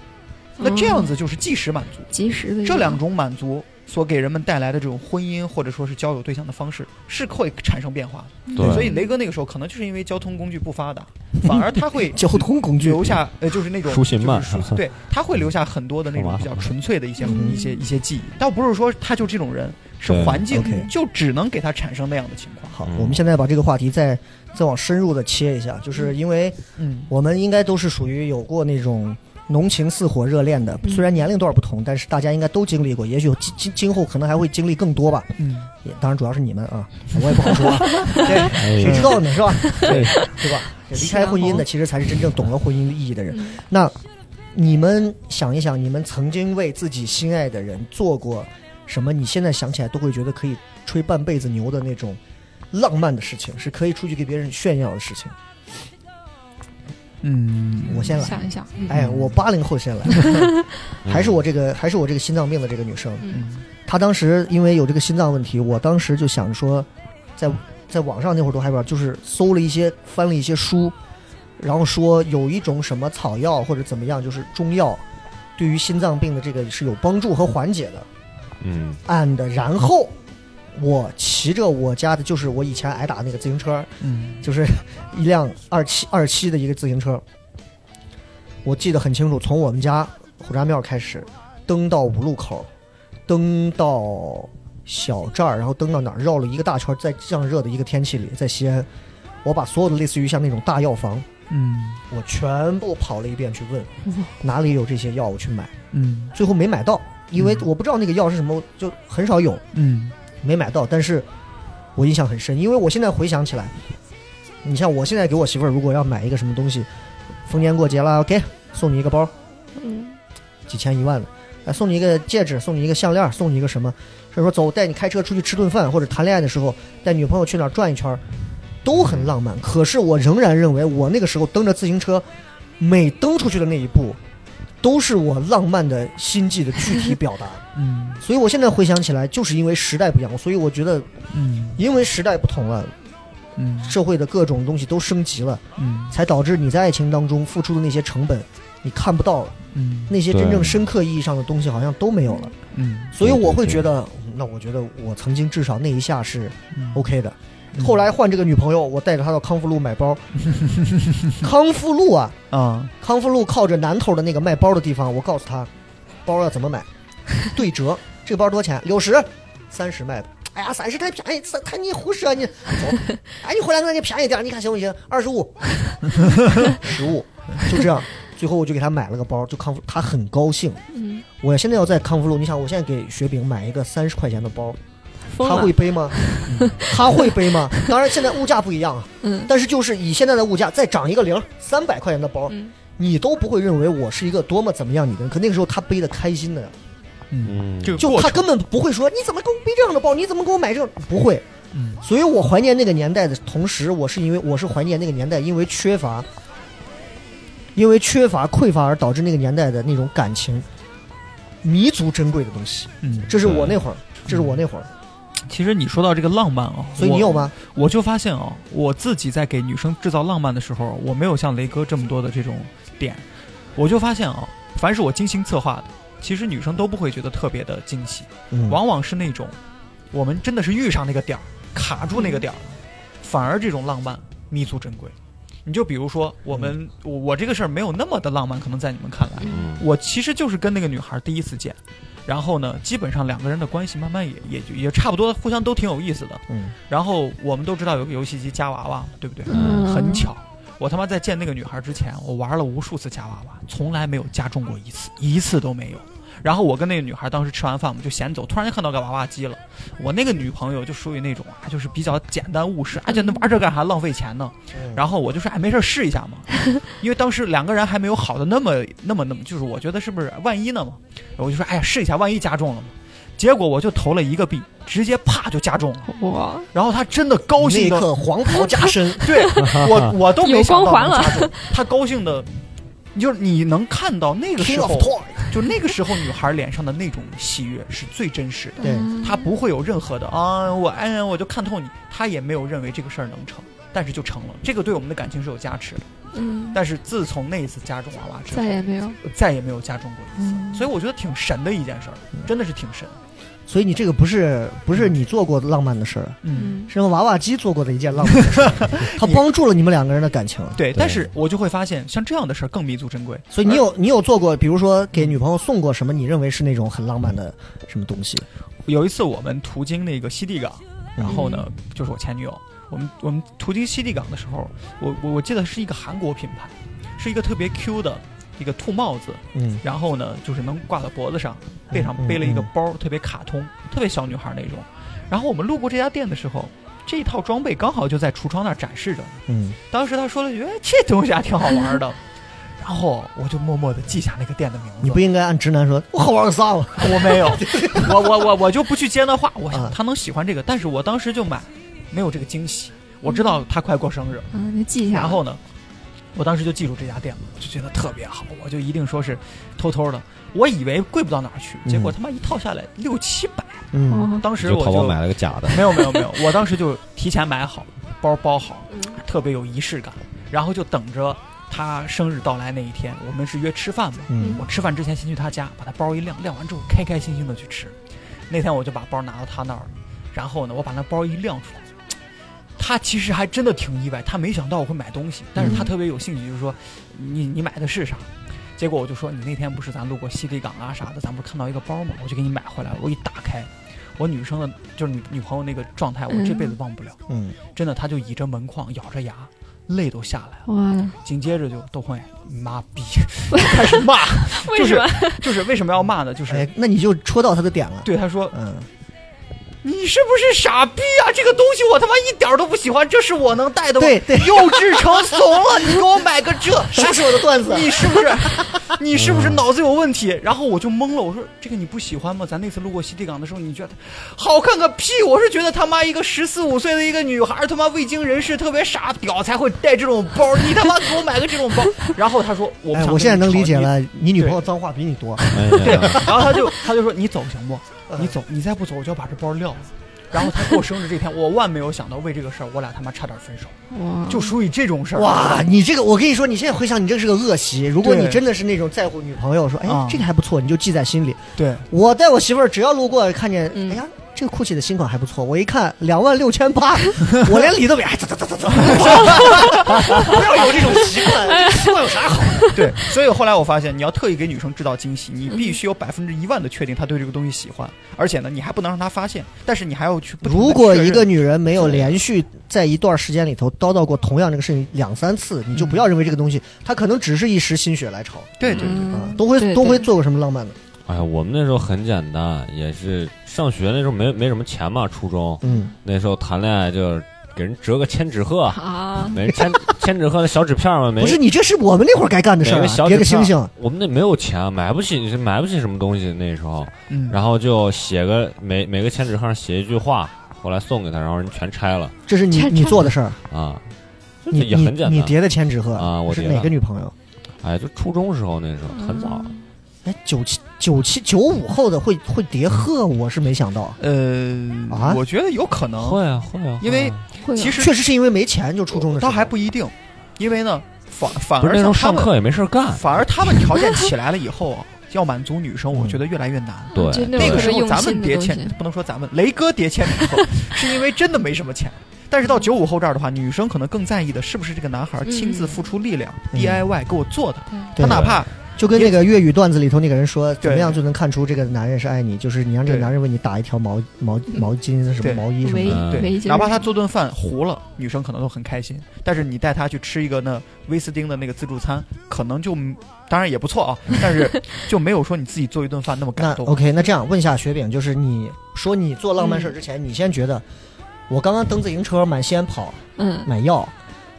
那这样子就是即时满足，
及时
嗯
的
这两种满足所给人们带来的这种婚姻或者说是交友对象的方式是会产生变化的。
对
所以雷哥那个时候可能就是因为交通工具不发达，反而他会
交通工具
留下呃，就是那种
书信慢
就是书对，他会留下很多的那种比较纯粹的一些
嗯
一些一些记忆，倒不是说他就这种人，是
对
环境
OK
就只能给他产生那样的情况。
好，
嗯
我们现在把这个话题再再往深入的切一下，就是因为
嗯
我们应该都是属于有过那种浓情似火、热恋的，
嗯
虽然年龄段不同，但是大家应该都经历过，也许有今今今后可能还会经历更多吧。
嗯，
也当然主要是你们啊，我也不好说，对，谁
哎呀哎
知道呢，是吧？
对
对吧？离开婚姻的其实才是真正懂了婚姻意义的人
啊哦嗯。
那你们想一想，你们曾经为自己心爱的人做过什么？你现在想起来都会觉得可以吹半辈子牛的那种浪漫的事情，是可以出去给别人炫耀的事情。
嗯
我先来
想，一想，
哎，我八零后先来，还是我这个还是我这个心脏病的这个女生，
嗯
她当时因为有这个心脏问题，我当时就想说，在在网上那会儿都还不知道，就是搜了一些翻了一些书，然后说有一种什么草药或者怎么样，就是中药，对于心脏病的这个是有帮助和缓解的。
嗯
and 然后我骑着我家的，就是我以前挨打那个自行车，
嗯
就是一辆二七二七的一个自行车，我记得很清楚，从我们家虎家庙开始，蹬到五路口，蹬到小寨儿，然后登到哪儿绕了一个大圈儿，在这样热的一个天气里，在西安，我把所有的类似于像那种大药房，
嗯
我全部跑了一遍去问
哇
哪里有这些药，我去买，
嗯
最后没买到，因为我不知道那个药是什么，就很少有，
嗯
没买到，但是我印象很深，因为我现在回想起来，你像我现在给我媳妇儿如果要买一个什么东西，逢年过节啦，OK，送你一个包，
嗯，
几千一万的，哎，送你一个戒指，送你一个项链，送你一个什么，甚至说走，带你开车出去吃顿饭，或者谈恋爱的时候带女朋友去哪儿转一圈儿，都很浪漫。可是我仍然认为，我那个时候蹬着自行车，每蹬出去的那一步，都是我浪漫的心计的具体表达。
嗯
所以我现在回想起来，就是因为时代不一样，所以我觉得，
嗯
因为时代不同了，
嗯
社会的各种东西都升级了，
嗯
才导致你在爱情当中付出的那些成本，你看不到了，
嗯
那些真
对
正深刻意义上的东西好像都没有了。
嗯
所以我会觉得，那我觉得我曾经至少那一下是
嗯
OK 的。后来换这个女朋友，我带着她到康复路买包。康复路啊，
啊
康复路靠着南头的那个卖包的地方，我告诉她，包要怎
*laughs*
么买，对折，这个包多少钱？六十，三十卖的。哎呀，三十太便宜，三太你胡说、
*laughs*
你走。哎，你回来那你便宜点，你看行不行？二十
*laughs*
五，十五，就这样。最后我就给她买了个包，就康复，她很高兴。
嗯，
我现在要在康复路，你想，我现在给雪饼买一个三十块钱的包，
疯
他
了
会，背
*laughs*
吗？他会背吗？当然，现在物价不一样啊，
嗯
但是就是以现在的物价再涨一个零，三百块钱的包，
嗯
你都不会认为我是一个多么怎么样你的人。可那个时候他背的开心的呀，
嗯，
嗯，
这个
就
过
他
程
根本不会说你怎么给我背这样的包，你怎么给我买这种，不会。
嗯
所以我怀念那个年代的同时，我是因为我是怀念那个年代，因为缺乏，因为缺乏匮乏而导致那个年代的那种感情弥足珍贵的东西。
嗯，
这是我那会儿，这是我那会儿，
其实你说到这个浪漫啊，
所以你
我
有？吗？
我就发现啊，我自己在给女生制造浪漫的时候，我没有像雷哥这么多的这种点，我就发现啊，凡是我精心策划的，其实女生都不会觉得特别的惊喜，
嗯
往往是那种我们真的是遇上那个点儿，卡住那个点儿了，反而这种浪漫弥足珍贵。你就比如说，我们我我这个事儿没有那么的浪漫，可能在你们看来，
嗯
我其实就是跟那个女孩第一次见，然后呢，基本上两个人的关系慢慢也也就也差不多，互相都挺有意思的。
嗯
然后我们都知道有个游戏机夹娃娃嘛，对不对？
嗯
很巧，我他妈在见那个女孩之前，我玩了无数次夹娃娃，从来没有夹中过一次，一次都没有。然后我跟那个女孩当时吃完饭，我们就闲走，突然间看到个娃娃机了。我那个女朋友就属于那种啊，就是比较简单务实，而啊且那玩这干啥，浪费钱呢？然后我就说，哎，没事儿试一下嘛，因为当时两个人还没有好的那么那么那么，就是我觉得是不是万一呢嘛？我就说，哎呀，试一下，万一夹中了嘛。结果我就投了一个币，直接啪就夹中了，
哇，
然后他真的高
那
兴
一
的，
刻黄袍加身，
对
*laughs*
我我都没
有
想
光
到
环
能
了
夹中，他高兴的，你就是你能看到 *laughs* 那个
King
时
of
候，
Toy，
就那个时候女孩脸上的那种喜悦是最真实的，
对，
嗯
她不会有任何的啊，我哎呀我就看透你，她也没有认为这个事儿能成，但是就成了，这个对我们的感情是有加持的。
嗯，
但是自从那一次加重娃娃之后
再，也没有，嗯
再也没有加重过一次，所以我觉得挺神的一件事儿，真的是挺神。
所以你这个不是不是你做过的浪漫的事儿，
嗯，
嗯
是用娃娃机做过的一件浪漫的事 *laughs*
*laughs*
儿，它帮助了你们两个人的感情。
对，
对
但是呃我就会发现，像这样的事儿更弥足珍贵。
所以你有你有做过，比如说给女朋友送过什么你认为是那种很浪漫的什么东西？
有一次我们途经那个西递港，然后呢，
嗯
就是我前女友，我们我们途经西递港的时候，我我我记得是一个韩国品牌，是一个特别 Q 的一个兔帽子，
嗯，
然后呢，就是能挂到脖子上，背上
嗯
背了一个
嗯
包，特别卡通，特别小女孩那种。然后我们路过这家店的时候，这一套装备刚好就在橱窗那儿展示着。
嗯，
当时他说了一句：“哎，这东西还挺好玩的。” *laughs* 然后我就默默的记下那个店的名字。
你不应该按直男说，我好啊玩个啥了？
我没
*laughs*
有，我我我我就不去接那话。我
啊
嗯
想他能喜欢这个，但是我当时就买，没有这个惊喜。我知道他快过生
嗯
日，
啊，你记一下，
然后呢，我当时就记住这家店了，就觉得特别好，我就一定说是偷偷的。我以为贵不到哪儿去，结果
嗯
他妈一套下来六七百。
嗯，
哦，
当时
就
我
淘宝
就
买了个假
*laughs*
的，
没有没有没有，我当时就提前买
*laughs*
好，包包好，
嗯
特别有仪式感，然后就等着他生日到来那一天，我们是约吃饭嘛。
嗯
我吃饭之前先去他家，把他包一晾，晾完之后开开心心的去吃。那天我就把包拿到他那儿了，然后呢，我把那包一亮出来，嗯他其实还真的挺意外，他没想到我会买东西，但是他
嗯
特别有兴趣，就是说你你买的是啥？结果我就说你那天不是咱路过西堤港啊啥的，咱不是看到一个包吗？我就给你买回来了。我一打开，我女生的，就是女女朋友那个状态，我
嗯
这辈子忘不了。
嗯，
真的，她就倚着门框，咬着牙，泪都下来了。
哇，
紧接着就豆瓣也妈逼， *laughs* 就开始骂，
为
就
什
是
么？
就是为什么要骂呢？就是、
哎，那你就戳到他的点了。，
对她说
嗯，：“
你是不是傻逼啊？这个东西我他妈一点儿都不喜欢，这是我能带的吗？
对对
幼稚成怂了，你给我买个
*laughs*
这，
这是我的段子。
*laughs* 你是不是？你是不是脑子有问题？然后我就懵了，我说这个你不喜欢吗？咱那次路过西递港的时候，你觉得好看个屁！我是觉得他妈一个十四五岁的一个女孩，他妈未经人事，特别傻屌才会带这种包，你他妈给我买个这种包。然后他说我不
哎，
想、
我现在能理解。了，你女
对
朋友脏话比你多。
哎
对，
*laughs* 呀，
然后他就他就说你走行不？
嗯
你走，你再不走我就要把这包撂了。然后他过生日这天，我万没有想到为这个事儿，我俩他妈差点分手，
哇，
就属于这种事儿。
嗯哇，你这个，我跟你说，你现在回想，你这是个恶习。如果
对
你真的是那种在乎女朋友，说，哎
啊，
这个还不错，你就记在心里。
对，
我带我媳妇儿，只要路过看见，
嗯
哎呀，这个 GUCCI 的新款还不错，我一看两万六千八， *laughs* 我连理都没，哎，走走走走
*laughs*
走，不要有这种习惯，这个
哎
习惯有啥好？
*laughs* 对，所以后来我发现，你要特意给女生制造惊喜，你必须有百分之一万的确定她对这个东西喜欢，而且呢，你还不能让她发现，但是你还要去不停地
如果一
确
个
认
女人没有连续在一段时间里头叨叨过同样这个事情两三次，你就不要认为这个东西，她可能只是一时心血来潮
对对对，
啊
嗯，
都会
对
都会
对
做过什么浪漫的？
哎呀，我们那时候很简单，也是上学那时候没没什么钱嘛，初中
嗯，
那时候谈恋爱就是给人折个千纸鹤，
啊，
每人千千纸鹤的小纸片嘛，每
不是你这是我们那会儿该干的
每
事儿
个
啊，
小
别
纸
个星
片
星
儿。，我们那没有钱，买不起，买不起什么东西那时候，
嗯，
然后就写个每每个千纸鹤上写一句话，后来送给他，然后人全拆了
这
*laughs*
是你
拆
你做的事儿，
啊，这
你
也
你
很简
你
单。
叠的千纸鹤
啊我
是
叠
哪
的
个女朋友？
哎，就初中时候那时候很早，
哦
哎，九七九七九五后的会会叠鹤，我是没想到，
呃，
啊
我觉得有可能，
会啊会啊，
因为
会有
其实
确实是因为没钱就初中的时
倒
候
还不一定，因为呢，反反
啊不是
而
那时候
像他
上
们，啊
课也没事儿
啊
干，
反而他们条件起来了以后 *laughs* 啊，要满足女生，
嗯
我觉得越来越难。
对
就那
那
种
个
对
时候
用
咱
心
们
的
叠
东
千
西，
不能说咱们雷哥叠千纸鹤， *laughs* 是因为真的没什么钱。但
嗯
是到九五后这儿的话，女生可能更在意的是不是这个男孩亲自付出力量、
嗯
DIY 给我做的。
对
他
对
哪怕
就跟那个粤语段子里头那个人说，
对
怎么样就能看出这个男人是爱你，就是你让这个
对
男人为你打一条毛毛毛巾什么
对
毛衣什么
围
的，
嗯
对，
围巾，
哪怕他做顿饭糊了，女生可能都很开心。但是你带她去吃一个那威斯汀的那个自助餐，可能就当然也不错
*laughs*
啊，但是就没有说你自己做一顿饭那么
那哦
感动。
OK，那这样问一下雪饼，就是你说你做浪漫事儿之前，你先觉得我刚刚蹬自行车买西安跑
嗯，
买药，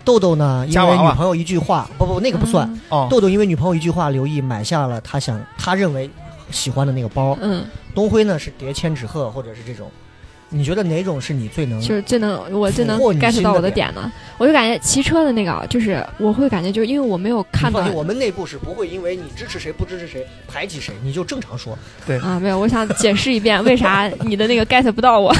豆豆呢因
夹
为
娃
女
娃
朋友一句话，不不那个不
嗯
算，
哦，
豆豆因为女朋友一句话，刘毅买下了他想他认为喜欢的那个包。
嗯，
东辉呢是叠千纸鹤或者是这种，你觉得哪种是你最能？
就是最能我最能
俘获你
get
心
到
的
我的
点
点呢，我就感觉骑车的那个啊，就是我会感觉就因为我没有看
你
到
放心，我们内部是不会因为你支持谁不支持谁排挤谁，你就正常说。
啊，没有，我想解释一遍
*laughs*
为啥你的那个 get 不到我，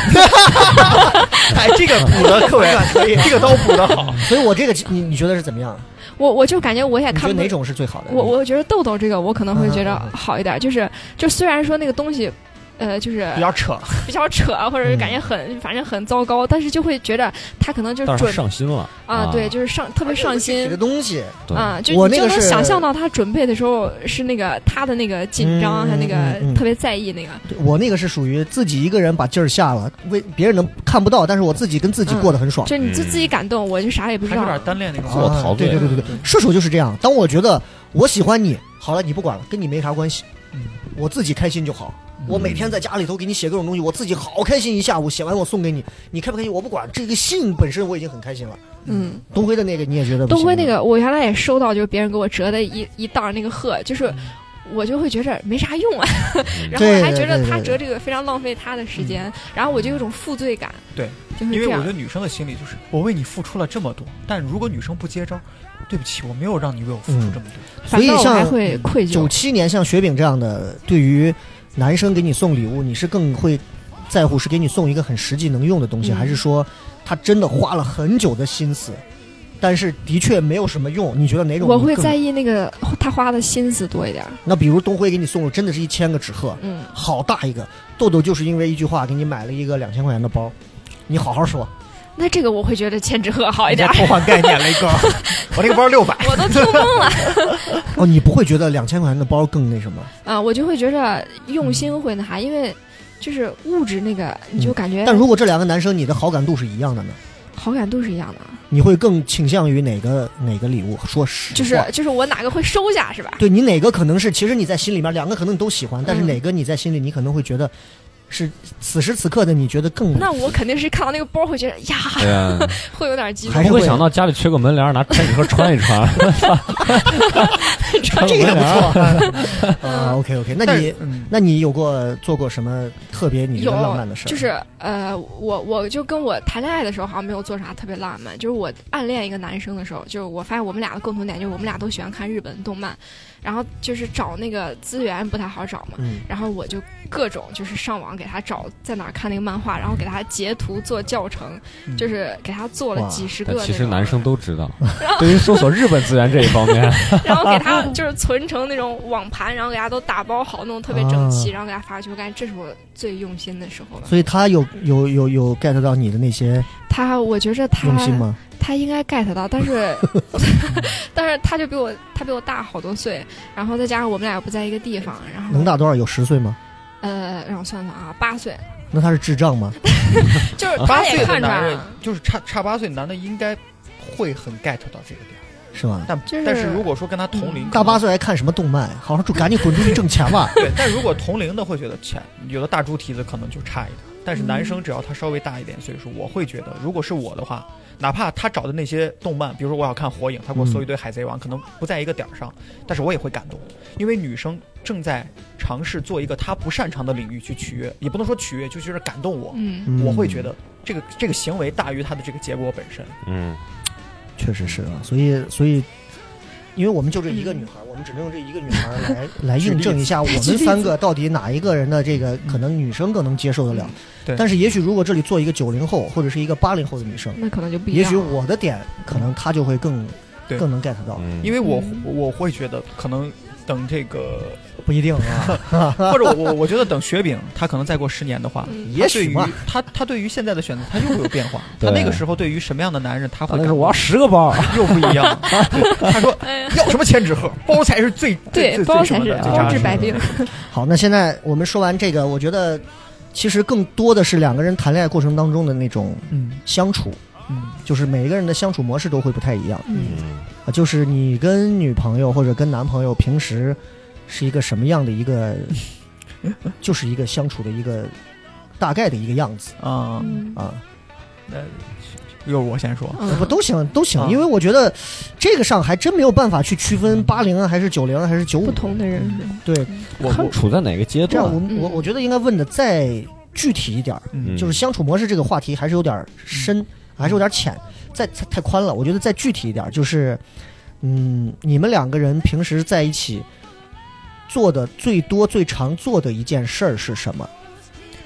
哎，这个补的
*laughs*
特别可以，这个刀补的好。
所以我这个你你觉得是怎么样？
我我就感觉我也
你觉
看
得
不
哪种是最好的？
我我觉得豆豆这个我可能会觉得
嗯嗯嗯
好一点，就是就虽然说那个东西，呃，就是
比较扯，
比较扯，啊或者是
嗯
感觉很、反正很糟糕，但是就会觉得他可能
*laughs*
就
但是他
准
上心了
啊，对，就是上
哎
特别上
你的
心。
东西，
对
啊，就
我
你
那
就
个
能
是
想象到他准备的时候是那个他的那个紧张，
嗯
还那个
嗯嗯
特别在意那个，
对我那个是属于自己一个人把劲儿下了，为别人能看不到，但是我自己跟自己过得很爽。
就你就自己感动，我就啥也不知
还是有点
道。
单恋那种。
自我陶醉
啊对对对对对，射手就是这样。当我觉得我喜欢你，好了，你不管了，跟你没啥关系，
嗯
我自己开心就好。我每天在家里头给你写各种东西，我自己好开心一下午，写完我送给你，你开不开心我不管，这个信本身我已经很开心了。
嗯，
东辉的那个你也觉得不行
东辉那个我原来也收到，就是别人给我折的一一袋儿那个鹤，就是
嗯
我就会觉着没啥用啊，
嗯
然后
对
我还觉
对
得
对
他
对
折这个非常浪费他的时间，然后我就有种负罪感。
对，
就
嗯
是
因为
这
我
样
觉得。女生的心理就是，我为你付出了这么多，但如果女生不接招，对不起，我没有让你为我付
嗯
出这么多。
所以
反倒我还
像
会愧
九
疚。
七年像雪饼这样的，对于男生给你送礼物，你是更会在乎是给你送一个很实际能用的东西，
嗯
还是说他真的花了很久的心思，但是的确没有什么用？你觉得哪种
我
你
会
哎更
在意那个他花的心思多一点儿。
那比如东辉给你送了真的是一千个纸鹤，
嗯，
好大一个。豆豆就是因为一句话给你买了一个两千块钱的包，你好好说。
那这个我会觉得千纸鹤好一点儿。
破坏概念，雷哥，哎 *laughs* 我这个包六百。
*laughs* 我都听 *laughs* 懵了 *laughs*
哦，你不会觉得两千块钱的包更那什么？
啊！我就会觉着用心会那啥，因为就是物质那个，你就感觉
嗯但如果这两个男生你的好感度是一样的呢？
好感度是一样的啊，
你会更倾向于哪个哪个礼物？说实话，
就是就是我哪个会收下是吧？
对你哪个可能是，其实你在心里面两个可能你都喜欢，但是
嗯
哪个你在心里你可能会觉得是此时此刻的你觉得更
那我肯定是看到那个包会觉得呀，
对啊呀，
*laughs*
会有点激
*laughs*
动
还，是
不
会
会想到家里缺个门帘儿，拿铅笔盒穿一穿。穿
这个
门
也不
帘儿
错 *laughs* 啊。OK
*laughs*
OK，那
但
你
是嗯，
那你有过做过什么特别你觉得浪漫的事儿？
就是呃，我我就跟我谈恋爱的时候好像没有做啥特别浪漫，就是我暗恋一个男生的时候，就是我发现我们俩的共同点就是我们俩都喜欢看日本动漫，然后就是找那个资源不太好找嘛。
嗯，
然后我就各种就是上网给他找在哪儿看那个漫画，然后给他截图做教程，
嗯
就是给他做了
哇
几十
*laughs*
个
但
那种。
其实男生都知道，对于搜索日本资源这一方面，
然后给他就是存成那种网盘，然后给他都打包好，弄得特别整齐，
啊
然后给他发过去。我感觉这是我最用心的时候了。
所以他有有有有 get 到你的那些
他，我觉着他
用心吗？
他应该 get 到，但是但是他就比我他比我大好多岁，然后再加上我们俩又不在一个地方，然后
能大多少？有十岁吗？
呃，让我算算啊，八岁，
那他是智障吗？
就是
啊八
他也
岁的
看啊出来
男人
了，
就是差差八岁男的应该会很 get 到这个点儿，
是吧？
但
就是嗯
但是如果说跟他同龄，
大八岁还看什么动漫？好好住，赶紧滚出去挣钱
*laughs*
吧！
对，但如果同龄的会觉得浅，有的大猪蹄子可能就差一点。但是男
嗯
生只要他稍微大一点岁数，我会觉得，如果是我的话，哪怕他找的那些动漫，比如说我要看《火影》，他给我搜一
嗯
堆《海贼王》，可能不在一个点儿上，但是我也会感动，因为女生正在尝试做一个她不擅长的领域去取悦，也不能说取悦，就就是感动我，
嗯，
嗯
我会觉得这个这个行为大于他的这个结果本身。
*laughs* 嗯，
确实是啊，所以所以，因为我们就这一个女孩，我们只能用这一个女孩来
*laughs*
来印证一下，
哎
我们三个到底哪一个人的这个可能女生更能接受得了
嗯。对
但是也许如果这里做一个九零后或者是一个八零后的女生，
那可能就不一
也
样啊
许
了。
我的点可能她就会更
对
更能 get 到，
*laughs* 嗯
因为我
嗯
我会觉得，可能等这个，
不一定啊。
*laughs* 或者我我觉得等雪饼，他可能再过十年的话，
嗯
也
对
许
于
嘛，
他，他对于现在的选择，他又会有变化。他
*laughs* 对啊
那个时候对于什么样的男人，他会
那
感
是
觉
我要十个包，
又不一
*laughs*
样。对他说
哎呀，
要什么千纸鹤，包才是最
对
最，最
包才
什么
是啊
的最
包
扎
治
实
百
的。
病。
好，那现在我们说完这个，我觉得其实更多的是两个人谈恋爱过程当中的那种
嗯
相处，
嗯，
就是每一个人的相处模式都会不太一样。
嗯，
嗯，
啊，就是你跟女朋友或者跟男朋友平时是一个什么样的一
*laughs*
个，就是一个相处的一个大概的一个样子
啊，
嗯
啊，
又是我先说。
不
嗯，
都行都行，
啊
因为我觉得这个上还真没有办法去区分八零啊还是九零啊还是九五
不，同的人，
对，
我
看
我
*laughs* 处在哪个阶
这样
段
我。们我
嗯
我觉得应该问的再具体一点儿，
嗯
就是相处模式这个话题还是有点儿深，还是有点儿浅，再太太宽了，我觉得再具体一点儿就是，嗯，你们两个人平时在一起。做的最多、最常做的一件事儿是什么？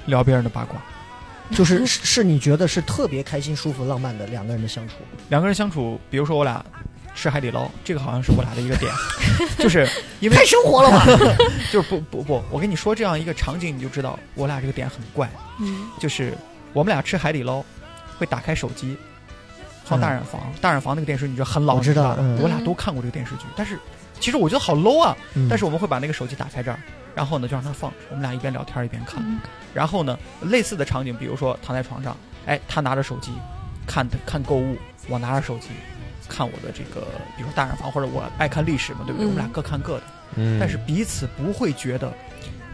聊别人的八卦， *laughs*
就是是是你觉得是特别开心、舒服、浪漫的两个人的相处。
两个人相处，比如说我俩吃海底捞，这个好像是我俩的一个点， *laughs* 就是因为
太生活了
*laughs*
吧？
就是不不不，我跟你说这样一个场景，你就知道我俩这个点很怪。
嗯，
就是我们俩吃海底捞，会打开手机，放
嗯
大染坊。大染坊那个电视剧你知道很老，
我知道
你吧
嗯
我俩都看过这个电视剧，但是其实我觉得好 low 啊。
嗯
但是我们会把那个手机打开这儿，然后呢就让它放着，我们俩一边聊天一边看。
嗯
嗯
然后呢，类似的场景，比如说躺在床上，哎，他拿着手机看看购物，我拿着手机看我的这个，比如说大染坊或者我爱看历史嘛，对不对？
嗯
我们俩各看各的，
嗯
但是彼此不会觉得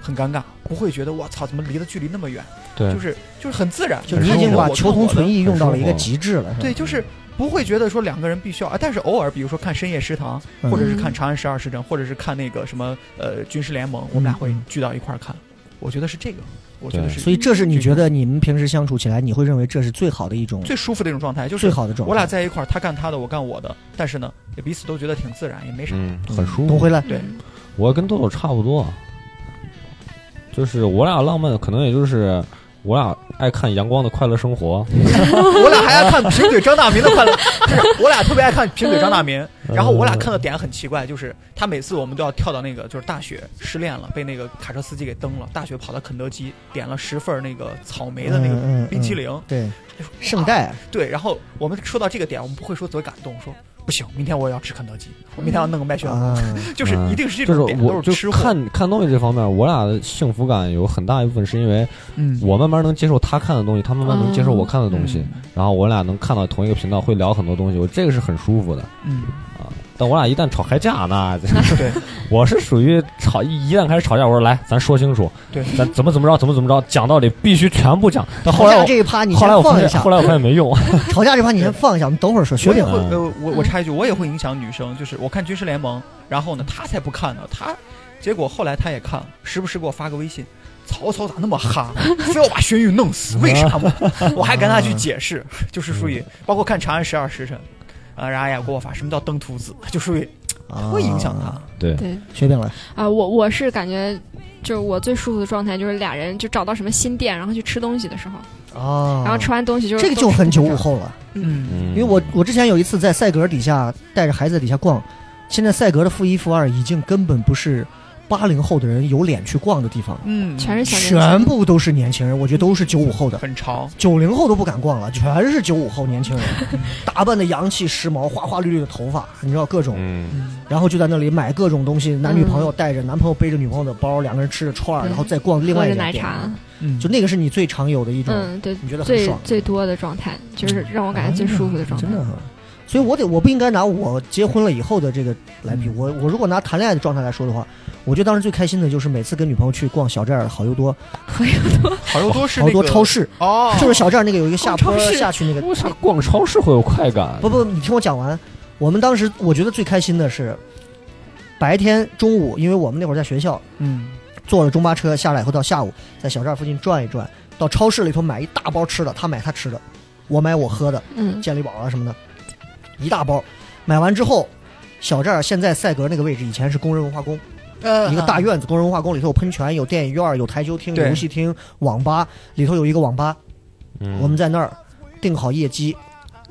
很尴尬，不会觉得我操，怎么离的距离那么远。
对
就，是就是很自然，
就你已经把求同存异用到了一个极致了，是吧
对，就是不会觉得说两个人必须要啊，但是偶尔比如说看《深夜食堂》，
嗯
或者是看《长安十二时辰》，或者是看那个什么呃《军事联盟》，我们俩会聚到一块儿看，我觉得是这个，我觉得
对
是
嗯所以这是你觉得你们平时相处起来，你会认为这是最好的一种、
最舒服的一种状态，就是
最好的状态。
我俩在一块儿，他干他的，我干我的，但是呢，也彼此都觉得挺自然，也没啥。
嗯，很舒
董
服
回。来，
对
我跟豆豆差不多，就是我俩浪漫，可能也就是我俩爱看《阳光的快乐生活》，
我俩还爱看贫嘴张大民的快乐，就是我俩特别爱看贫嘴张大民。
嗯
然后我俩看的点很奇怪，就是他每次我们都要跳到那个，就是大雪失恋了，被那个卡车司机给蹬了，大雪跑到肯德基点了十份儿那个草莓的那个
嗯嗯嗯
冰淇淋，
对
就说
圣代，啊
对，然后我们说到这个点，我们不会说多感动，说不行，明天我要吃肯德基，我明天要弄个麦旋风，
啊，
就是
嗯
一定是这
就是
种点，
我
都
就是是
吃货。
看看东西这方面，我俩的幸福感有很大一部分是因为
嗯
我慢慢能接受他看的东西，他慢慢能接受我看的东西，
嗯
然后我俩能看到同一个频道，会聊很多东西，我这个是很舒服的。
嗯，
但我俩一旦吵开架，那 *laughs*
对，
我是属于吵一一旦开始吵架，我说来，咱说清楚，
对，
咱怎么怎么着，怎么怎么着，讲道理必须全部讲。但
吵
后来
架
我
这一趴你
后
先
来我发
放一
现，
下
后，来我发现
*laughs*
没用，
吵架这趴你先放一下，我们等会儿说学
我也
点
会，
嗯
呃，我我插一句，我也会影响女生，就是我看军事联盟，然后呢，她才不看呢，她，结果后来她也看了，时不时给我发个微信，曹操咋那么哈，非要把荀彧弄死，为啥嘛？
*laughs*
我还跟她
啊
去解释，就是属
嗯
于包括看《长安十二时辰》，啊，然后也给我发什么叫登徒子，就属于
啊
会影响她。
对，
对
学点来，
啊，我我是感觉。就是我最舒服的状态，就是俩人就找到什么新店，然后去吃东西的时候，
啊，
然后吃完东西就是
这个就很九五后了，
嗯，
嗯
因为我我之前有一次在赛格底下带着孩子在底下逛，现在赛格的负一负二已经根本不是八零后的人有脸去逛的地方，
嗯，
全是小年轻
全部都是年轻人，我觉得都是九五后的。
很潮，
九零后都不敢逛了，全是九五后年
*laughs*
轻人，打扮的洋气时髦，花花绿绿的头发，你知道各种，
嗯
然后就在那里买各种东西，男女朋友带着，男朋友背着女朋友的包，两个人吃着串儿，
嗯对
然后再逛另外
喝
一
着
家
奶
店
茶，，
嗯
就那个是你最常有的一种，
嗯，对，
你觉得很
最
爽，
最多的状态，就是让我感觉最舒服的状态
真。的啊。所以我得，我不应该拿我结婚了以后的这个来比。
嗯
我我如果拿谈恋爱的状态来说的话，我觉得当时最开心的就是每次跟女朋友去逛小寨儿好又多，
好又多是
好
那
多
个
超市，
哦，
就是小嗯寨儿那个有一个下
逛超
坡
市
下去那个
为啥逛超市会有快感？
不不，你听我讲完。我们当时我觉得最开心的是白天中午，因为我们那会儿在学校
嗯，
坐了中巴车下来以后，到下午在小寨附近转一转，到超市里头买一大包吃的，他买他吃的，我买我喝的，
嗯，
健力宝啊什么的，一大包。买完之后，小寨儿现在赛格那个位置以前是工人文化宫，
呃
一个大院子，工人文化宫里头有喷泉、有电影院、有台球厅、有
对
游戏厅、网吧，里头有一个网吧，
嗯
我们在那儿订好夜机，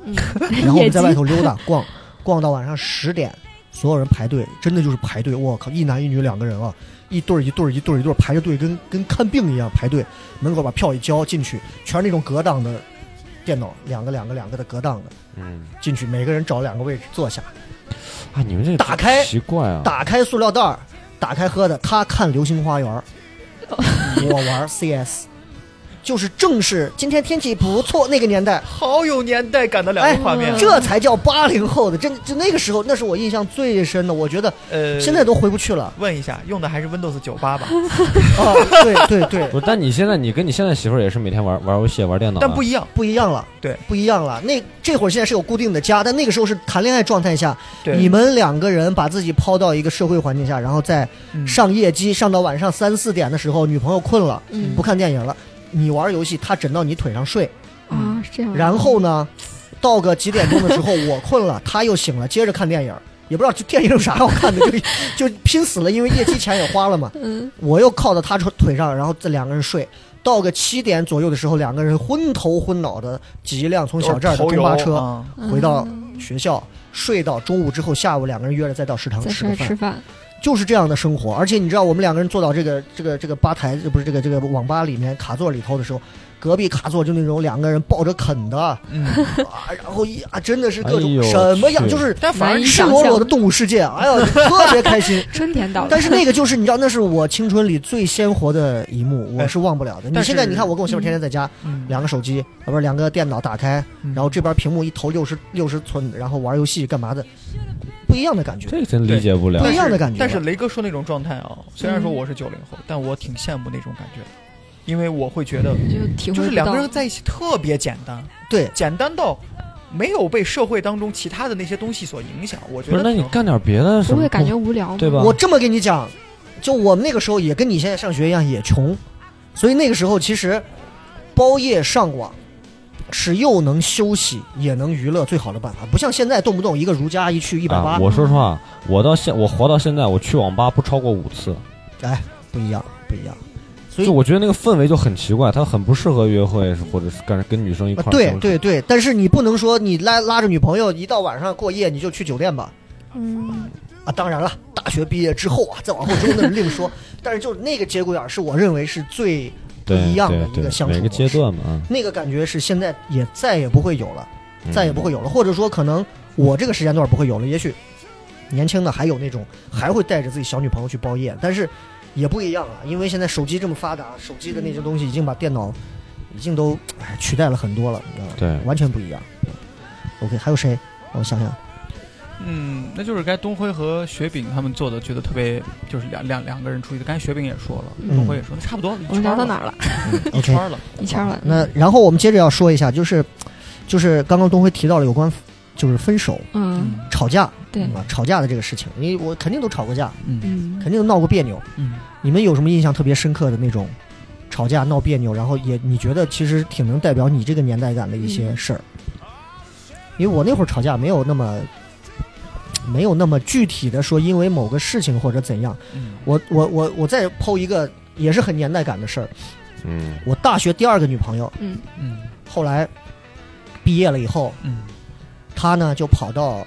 嗯
然后我们在
野
外
鸡
头溜达逛，逛到晚上十点，所有人排队，真的就是排队。我靠，一男一女两个人啊，一对儿一对儿一对儿一对儿排着队，跟跟看病一样排队。门口把票一交进去，全是那种隔档的电脑，两个两个两个的隔档的
嗯
进去，每个人找两个位置坐下，
啊，你们这
打开
奇怪啊，
打开塑料袋儿，打开喝的，他看《流星花园儿》， *laughs* 我玩儿 CS。就是正是今天天气不错，那个年代，
好有年代感的两
哎
个画面，啊
这才叫八零后的，真就那个时候，那是我印象最深的。我觉得
呃，
现在都回不去
*laughs*
了。
问一下，用的还是 Windows 九八吧？
啊，对对对，
不，但你现在你跟你现在媳妇儿也是每天玩玩游戏、玩电脑啊，
但不一样，
不一样了，
对，
不一样了。那这会儿现在是有固定的家，但那个时候是谈恋爱状态下，
对，
你们两个人把自己抛到一个社会环境下，然后再
嗯
上夜机，上到晚上三四点的时候，女朋友困了，
嗯
不看电影了，你玩游戏，她枕到你腿上睡，
啊，是这
嗯
样。
然后呢，到个几点钟的时
*laughs*
候我困了，她又醒了，接着看电影。也不知道这电影有啥好看的，就就拼死了，因为业绩钱也花了嘛。
嗯，
我又靠到他腿上，然后这两个人睡。到个七点左右的时候，两个人昏头昏脑的挤一辆从小寨儿的
头
中
油
巴车
啊
嗯
回到学校，睡到中午之后，下午两个人约了再到食堂
在
吃个
这儿
饭
吃，饭，
就是这样的生活。而且你知道，我们两个人坐到这个这个这个吧台，呃不是这个这个网吧里面卡座里头的时候，隔壁卡座就那种两个人抱着啃的啊，
嗯，
然后一啊真的是各
哎
种
呦
什么样，
去
就是
但反而
难以
赤
想
裸裸
象
的动物世界，哎呀，特别开心。
真甜到了。
但是那个就是你知道，那是我青春里最鲜活的一幕，我是忘不了的。你
哎但是
现在你看，我跟我媳妇天天在家，
嗯
两个手机，啊不是两个电脑打开，
嗯
然后这边屏幕一投六十六十寸，然后玩游戏干嘛的，不一样的感觉。
这个真理解不了
不
但。
一
是
样的感觉啊
但是雷哥说那种状态啊，虽然说我是九零后，但我挺羡慕那种感觉的，因为我会觉得
就体
就
会
是
不
两
到
个人在一起特别简单，
对，
简单到没有被社会当中其他的那些东西所影响。我觉
不
得
是，那你
挺
干点别的什
不
么？
会感觉无聊吗？
对吧？
我这么跟你讲，就我们那个时候也跟你现在上学一样，也穷，所以那个时候其实包夜上网。是又能休息也能娱乐最好的办法，不像现在动不动一个如家一去一百
啊
八，
我说实话，我到现我活到现在，我去网吧不超过五次，
不一样，不一样。所以
就我觉得那个氛围就很奇怪，它很不适合约会，或者是干跟女生一
啊
块儿。
对对，对，但是你不能说你拉拉着女朋友一到晚上过夜你就去酒店吧。
嗯，
啊，当然了，大学毕业之后啊，再往后之后那是另说。但是就是那个节骨眼儿是我认为是最
对
一样的一
对
个
对
相处
每
模
个阶
式
段嘛，啊嗯
那个感觉是现在也再也不会有了，再也不会有了，或者说可能我这个时间段不会有了，也许年轻的还有那种还会带着自己小女朋友去包夜，但是也不一样了，因为现在手机这么发达，手机的那些东西已经把电脑已经都哎取代了很多了，你知道吗？
对
完全不一样。OK，还有谁？我想想，
嗯，那就是该东辉和雪饼他们做的，觉得特别就是两两两个人出去的。刚才雪饼也说了，
嗯
东辉也说，那差不多了，一
我
圈
们聊
了
到哪儿了？
一
OK
圈了。
一圈了。
那然后我们接着要说一下，就是就是刚刚东辉提到了有关就是分手、
嗯，
吵架，
对
啊，吵架的这个事情，你我肯定都吵过架，
嗯
嗯，
肯定都闹过别扭。
嗯，
你们有什么印象特别深刻的那种吵架闹别扭，然后也你觉得其实挺能代表你这个年代感的一些事儿？因为我那会儿吵架没有那么没有那么具体的说，因为某个事情或者怎样。
嗯
我我我我再剖一个也是很年代感的事儿，
嗯
我大学第二个女朋友
嗯
后来毕业了以后，
嗯
她呢就跑到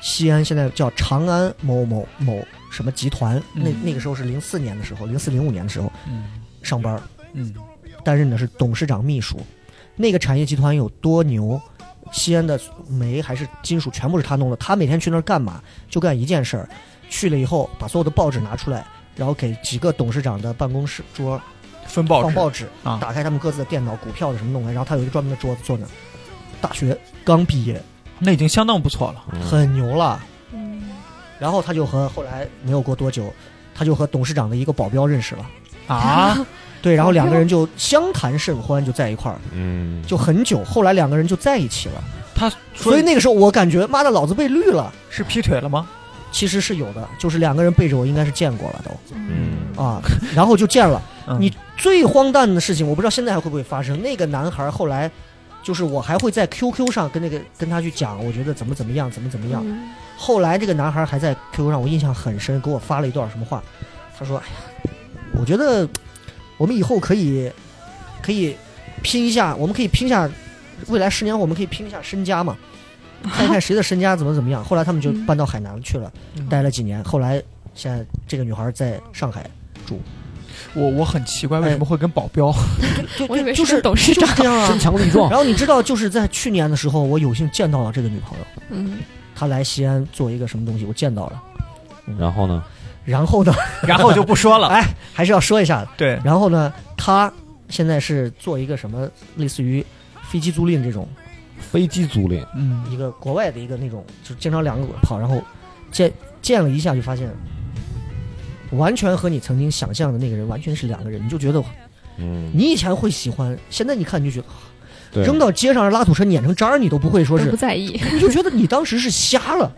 西安，现在叫长安某某某什么集团，那
嗯
那个时候是零四年的时候，零四零五年的时候
嗯
上班，
嗯
担任的是董事长秘书。那个产业集团有多牛？西安的煤还是金属全部是他弄的。他每天去那儿干嘛？就干一件事儿，去了以后把所有的报纸拿出来，然后给几个董事长的办公室桌
分报
放
纸
报纸，
啊
打开他们各自的电脑、股票的什么弄来，然后他有一个专门的桌子坐那儿。大学刚毕业，
那已经相当不错了。
嗯
很牛了。
嗯
然后他就和后来没有过多久，他就和董事长的一个保镖认识了。
啊，
对，然后两个人就相谈甚欢，就在一块儿，
嗯，
就很久。后来两个人就在一起了。
他
所
*laughs* 所
以
以
那个时候我感觉，妈的，老子被绿了。
是劈腿了吗？
其实是有的，就是两个人背着我，应该是见过了都
嗯
啊，然后就见了。
嗯
你最荒诞的事情，我不知道现在还会不会发生。那个男孩后来，就是我还会在 QQ 上跟那个跟他去讲，我觉得怎么怎么样，怎么怎么样。
嗯
后来这个男孩还在 QQ 上，我印象很深，给我发了一段什么话，他说：“哎呀，我觉得我们以后可以可以拼一下，我们可以拼一下未来十年，我们可以拼一下身
*laughs*
家嘛，看一看谁的身家怎么怎么样。”后来他们
嗯
就搬到海南去了，
嗯
待了几年。后来现在这个女孩在上海，
我我很奇怪，为什么会跟保镖？
就
我以为
就 *laughs* 就是
董事
就
长
是。这样啊
身。强力壮
*laughs* 然，后你知道，就是在去年的时候，我有幸见到了这个女朋友，
嗯，
她来西安做一个什么东西，我见到了。
然后呢？
然后呢，
*laughs* 然后就不说了。
哎，还是要说一下的。
*laughs* 对，
然后呢，他现在是做一个什么类似于飞机租赁这种
飞机租赁，
嗯
一个国外的一个那种，就是经常两个跑，然后见见了一下就发现，完全和你曾经想象的那个人完全是两个人，你就觉得
嗯，
你以前会喜欢，现在你看你就觉得
对，
扔到街上让拉土车碾成渣儿，你都不会说
都
是
不，
*laughs*
在意。
你就觉得你当时是瞎了，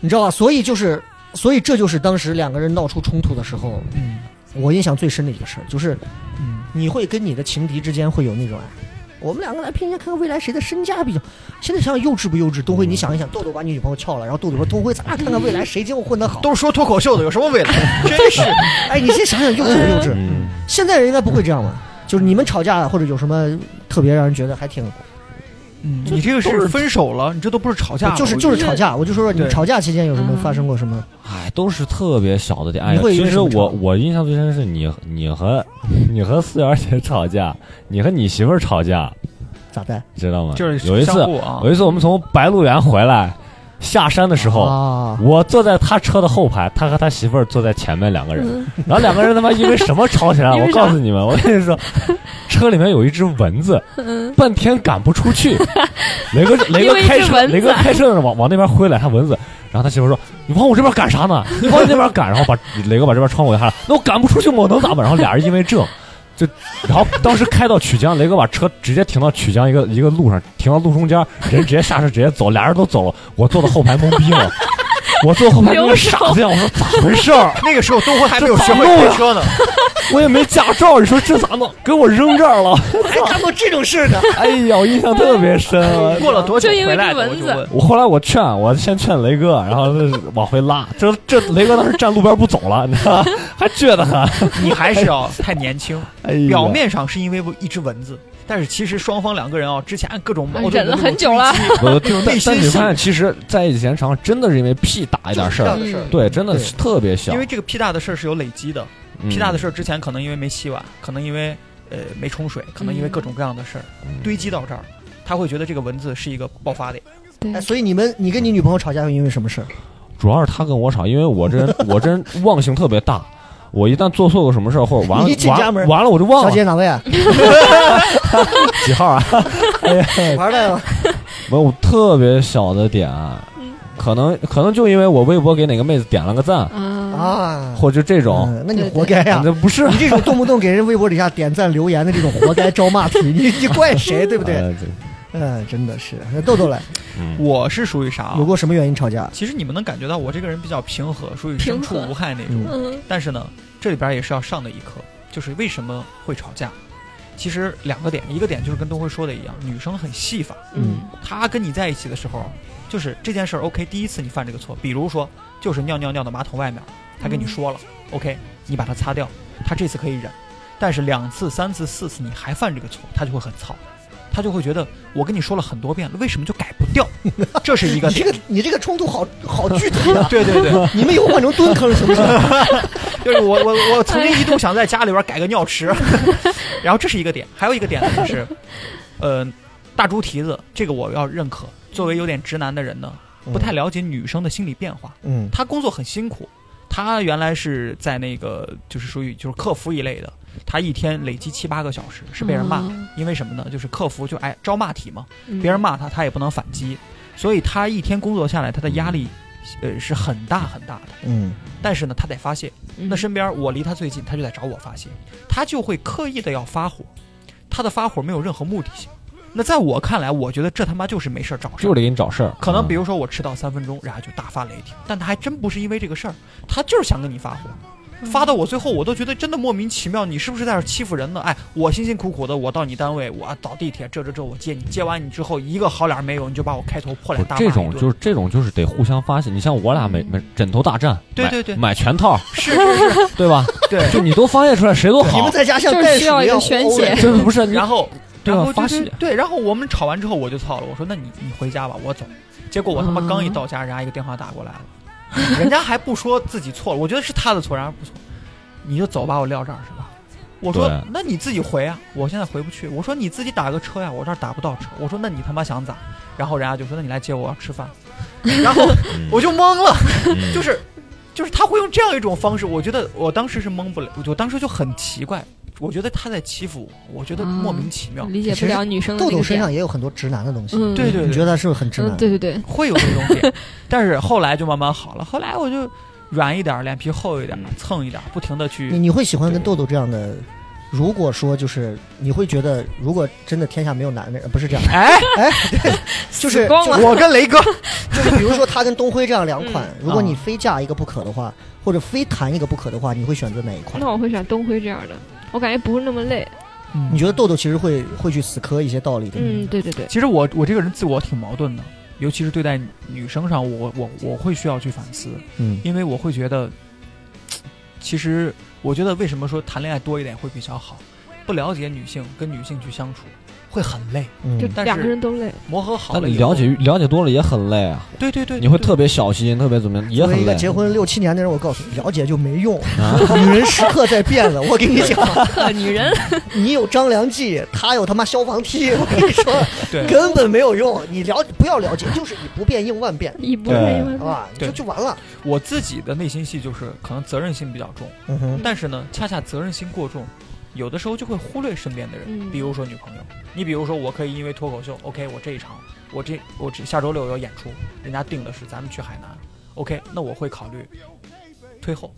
你知道吧？所以就是，所以这就是当时两个人闹出冲突的时候，
嗯
我印象最深的一个事儿，就是
嗯
你会跟你的情敌之间会有那种哎，我们两个来拼一下，看看未来谁的身价比较。现在想想幼稚不幼稚？东辉，你想一想，豆豆把你女朋友撬了，然后豆豆说：“东辉，咱俩看看未来谁今后混得好。
都是说脱口秀的，有什么未来？ *laughs* 真是，”
哎，你先想想幼稚不幼稚？
嗯，
现在人应该不会这样吧？就是你们吵架或者有什么特别让人觉得还挺，
*laughs* 嗯你这个是分手了，你这都不是吵架了，
就是
我
就是吵架。我就说说你们
对嗯
吵架期间有什么发生过什么？
哎，都是特别小的点。哎
你
呀，
会因
其
为
实
什么
我
吵
我印象最深的是你你和 *laughs* 你和四瑶姐吵架，你和你媳妇儿吵架，
咋的？
知道吗？
就是
有一次
相互啊
有一次我们从白鹿原回来下山的时候，
啊，
我坐在他车的后排，他和他媳妇儿坐在前面两个人，然后两个人他妈因为什么吵起来？
嗯因
我
为啥
告诉你们，我跟你说，车里面有一只蚊子，
嗯，
半天赶不出
*laughs*
去。雷哥，雷
因
哥
为一只
开车，
蚊子
雷哥开车往往那边挥了，他蚊子。然后他媳妇说：“你往我这边赶啥呢？你往你那边赶。”然后把雷哥把这边窗户给他了。那我赶不出去吗，我能咋办？然后俩人因为这，就然后当时开到曲江，雷哥把车直接停到曲江一个一个路上，停到路中间，人直接下车直接走，俩人都走了。我坐到后排懵逼了，我坐后排跟个傻子一样，我说咋回事儿？
那个时候东辉还没有
这
学会
咋弄
开
呀
车 *laughs* 呢。
我也没驾照，你说这咋弄？给我扔这儿了！
还干过这种事儿呢？
哎呀，我印象特别深。我
过了多久
就因
回
为
来的？
这
我
蚊
就
子
问，
我后来我劝，我先劝雷哥，然后就是往回拉。这这雷哥当时站路边不走了， *laughs* 你知道吗？还倔得很。
你还是要太年 *laughs* 轻。
哎呀
表面上是因为一只蚊子，但是其实双方两个人啊，之前各种矛盾
忍了很久了，
我就但
内心
但你
戏
发现，其实在一起时间长，真的是因为屁大一点事
这
儿嗯
样，的事儿，
对，真的是特别小嗯
因。为这个屁大的事儿是有累积的，屁大的事儿之前可能因为没洗碗，可能因为呃没冲水，可能因为各种各样的事儿
嗯
堆积到这儿，他会觉得这个蚊子是一个爆发点，
对
哎，所以你们，你跟你女朋友吵架会因为什么事儿？
主要是他跟我吵，因为我这 *laughs* 人我这人忘性特别大，我一旦做错个什么事儿或者完了
你进家门
完完了我就忘
小
了
姐哪位啊？
几号啊，
玩的呀，
*laughs* 没有特别小的点啊
嗯，
可能可能就因为我微博给哪个妹子点了个赞，
啊，
啊，
或者这种，
嗯那你活该呀！
那不是
*laughs* 你这种动不动给人微博底下点赞留言的这种活该招骂题，你你怪谁对不对？
呃
嗯，真的是。那豆豆嘞，
嗯
我是属于啥啊？
有过什么原因吵架？
其实你们能感觉到我这个人比较平和，属于
平
身处
和
无害那种。
嗯
嗯
但是呢，这里边也是要上的一课，就是为什么会吵架。其实两个点，一个点就是跟东辉说的一样，女生很细法，
嗯
嗯
她跟你在一起的时候，就是这件事儿 OK，第一次你犯这个错，比如说就是尿尿尿到马桶外面，她跟你说了、OK，你把它擦掉，她这次可以忍，但是两次、三次、四次你还犯这个错，她就会很操，她就会觉得我跟你说了很多遍了，为什么就改不掉？这是一个
你这
点
个。你这个冲突好好具体啊！ *laughs*
对对对，
你们以后换成蹲坑行不行？
就是我我我曾经一度想在家里边改个尿池，然后这是一个点，还有一个点呢就是，呃，大猪蹄子这个我要认可。作为有点直男的人呢，不太了解女生的心理变化。
嗯
她工作很辛苦，她原来是在那个就是属于就是客服一类的，她一天累积七八个小时是被人骂的
嗯，
因为什么呢？就是客服就挨招骂体嘛，
嗯
别人骂她她也不能反击，所以她一天工作下来，她的压力呃是很大很大的。
嗯
但是呢，她得发泄。那身边我离他最近，他就在找我发泄，他就会刻意的要发火，他的发火没有任何目的性。那在我看来，我觉得这他妈就是没事儿找事
就
儿。
得给你找事儿，嗯
可能比
如
如说我迟到三分钟，然后就大发雷霆，但他还真不是因为这个事儿，他就是想跟你发火，发到我最后我都觉得真的莫名其妙，你是不是在这儿欺负人呢？哎，我辛辛苦苦的，我到你单位，我倒地铁，这这这，我接你，接完你之后一个好脸儿没有，你就把我开头破脸大骂一
这
顿。
种就是这种就是得互相发泄，你像我俩每每枕头大战，
对
买
对对
买全 *laughs* 套，
是是是，
对吧？
对，
就你都发泄出来，谁都
你们
好，
在家像
就是
袋鼠
需要一个
样
宣
殴人
泄
*laughs*
嗯
真的不是 *laughs* 你
然后，
对
然
吧
后就
发
是
泄
对，然后我们吵完之后，我就操了，我说那你你回家吧，我走。结果我他妈
啊
刚
嗯
一到家，人家一个电话打过来了，人家还不说自己错了，我觉得是他的错，人家不错，你就走吧，我撂这儿是吧？我说
对
那你自己回啊，我现在回不去。我说你自己打个车呀、我这儿打不到车。我说那你他妈想咋？然后人家就说那你来接我，我要吃饭。然后我就懵了，
嗯
就是就是他会用这样一种方式，我觉得我当时是懵不了，我就当时就很奇怪，我觉得他在欺负我，我觉
啊
得莫名其妙，
理解不了女生的
豆
那
豆
个
身
点
上，也有很多直男的东西，
嗯
对对
你觉得他是不是很直男
嗯？对对对，
会有这种
*laughs*
点。但是后来就慢慢好了，后来我就软一点儿，脸皮厚一点儿，蹭一点儿，不停的
嗯
嗯
你
去。，
你会喜欢跟豆豆这样的？如果说就是你会觉得，如果真的天下没有男人，呃不是这样
哎，
就是
光了嗯
我跟雷
*laughs*
哥，
就是比如说他跟东辉这样两款，如
哦
果你非嫁一个不可的话，或者非谈一个不可的话，你会选择哪一款
那？我会选东辉这样的，我感觉不是那么累。
你觉得豆豆其实会会去死磕一些道理的，
嗯，对对对，
其实我我这个人自我挺矛盾的，尤其是对待女生上，我我我会需要去反思，
嗯
因为我会觉得，其实我觉得为什么说谈恋爱多一点会比较好，不了解女性跟女性去相处会很累，
就
嗯，
但
两个
是
人都 *laughs* 累。
磨合好
但
了
你
以后
了解，了解多了也很累啊，
对对对，
你会
对
特别小心，特别怎么样，也
作为
很
一个
累。
结婚六七年的人，我告诉你，了解就没用，
啊
女人时刻在变了。我跟
*laughs*
你讲，
女人，
你有张良计，他有他妈消防梯，我跟你说，
对
根本没有用。你了解不要了解，就是以不变应万变，
一不
对
累吗？
啊，就
对
就完了。
我自己的内心戏就是可能责任心比较重，
嗯哼，
但是呢，恰恰责任心过重，有的时候就会忽略身边的人，
嗯
比如说女朋友。你比如说，我可以因为脱口秀，OK，我这一场，我这我这下周六要演出，人家定的是咱们去海南，OK，那我会考虑推后。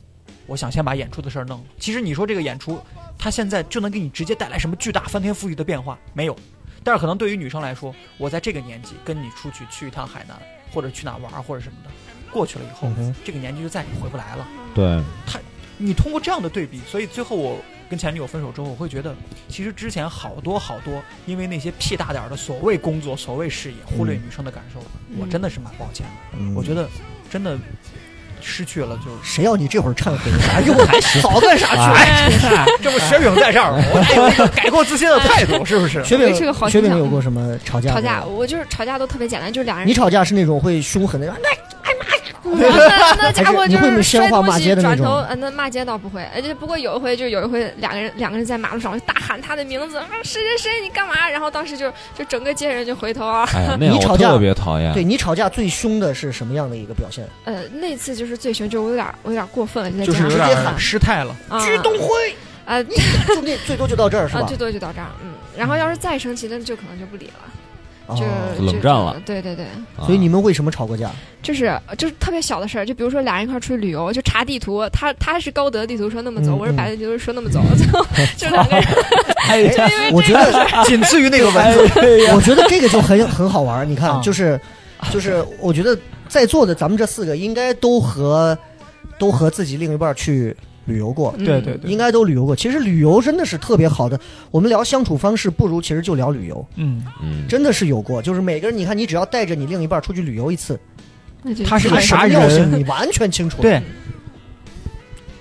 我想先把演出的事儿弄了。其实你说这个演出，它现在就能给你直接带来什么巨大翻天覆地的变化？没有。但是可能对于女生来说，我在这个年纪跟你出去去一趟海南，或者去哪玩儿或者什么的，过去了以后，
嗯哼
这个年纪就再也回不来了。
对， *laughs*
你通过这样的对比，所以最后我跟前女友分手之后，我会觉得，其实之前好多好多，因为那些屁大点儿的所谓工作、所谓事业，忽
嗯
略女生的感受，我真的是蛮抱歉的。我觉得真的失去了就，
谁要你这会儿忏悔哎有啥用？ *laughs* 早干啥去？
哎，这不 *laughs* 雪饼在这儿吗，我得有一个改过自新的态度，是不是？
雪饼
这个好
雪饼
形象
有过什哎么吵架？
吵架，。我就是吵架都特别简单，就是两人嗯
你吵架是那种会凶狠的，那哎
然后那那家伙
还是你
就
会不会
是
喧
摔
哗
东
骂街
西，
的那
转
种嗯
头呃那骂街倒不会，而且不过有一回就有一回两个人两个人在马路上我就大喊他的名字，啊谁谁谁你干嘛？然后当时就就整个街人就回头啊，
哎呀，那样
你
我
吵架
特别讨厌。
啊对你吵架最凶的是什么样的一个表现？
呃那次就是最凶，就我有点我有点过分了，在
*laughs* 就
街
是
有
上
直接喊
点失态了。
啊
居东辉，
啊
就那最多就到这儿是
啊
吧
最？多就到这儿，嗯，然后要是再生气那就可能就不理了，就
哦
就呃
冷战了
对对对。
啊
所以你们为什么吵过架？
就是就是特别小的事儿，就比如说俩人一块儿出去旅游，就查地图，他他是高德地图说那么走，
嗯
我是百度地图说那么走，就 *laughs* 就两个人，
哎
就因为
我
这
觉
个
得，
*laughs* 仅次于那个蚊子，
*laughs* 我觉得这个就很很好玩儿。你看，
啊
就是就是，我觉得在座的咱们这四个应该都和都和自己另一半儿去旅游过，
*laughs*
嗯
对对对，
应该都旅游过。其实旅游真的是特别好的。我们聊相处方式，不如其实就聊旅游，
嗯，
嗯，
真的是有过。就是每个人，你看，你只要带着你另一半儿出去旅游一次，
那就
他是个
看
啥
啥
药
人
性，你完全清楚。，
对，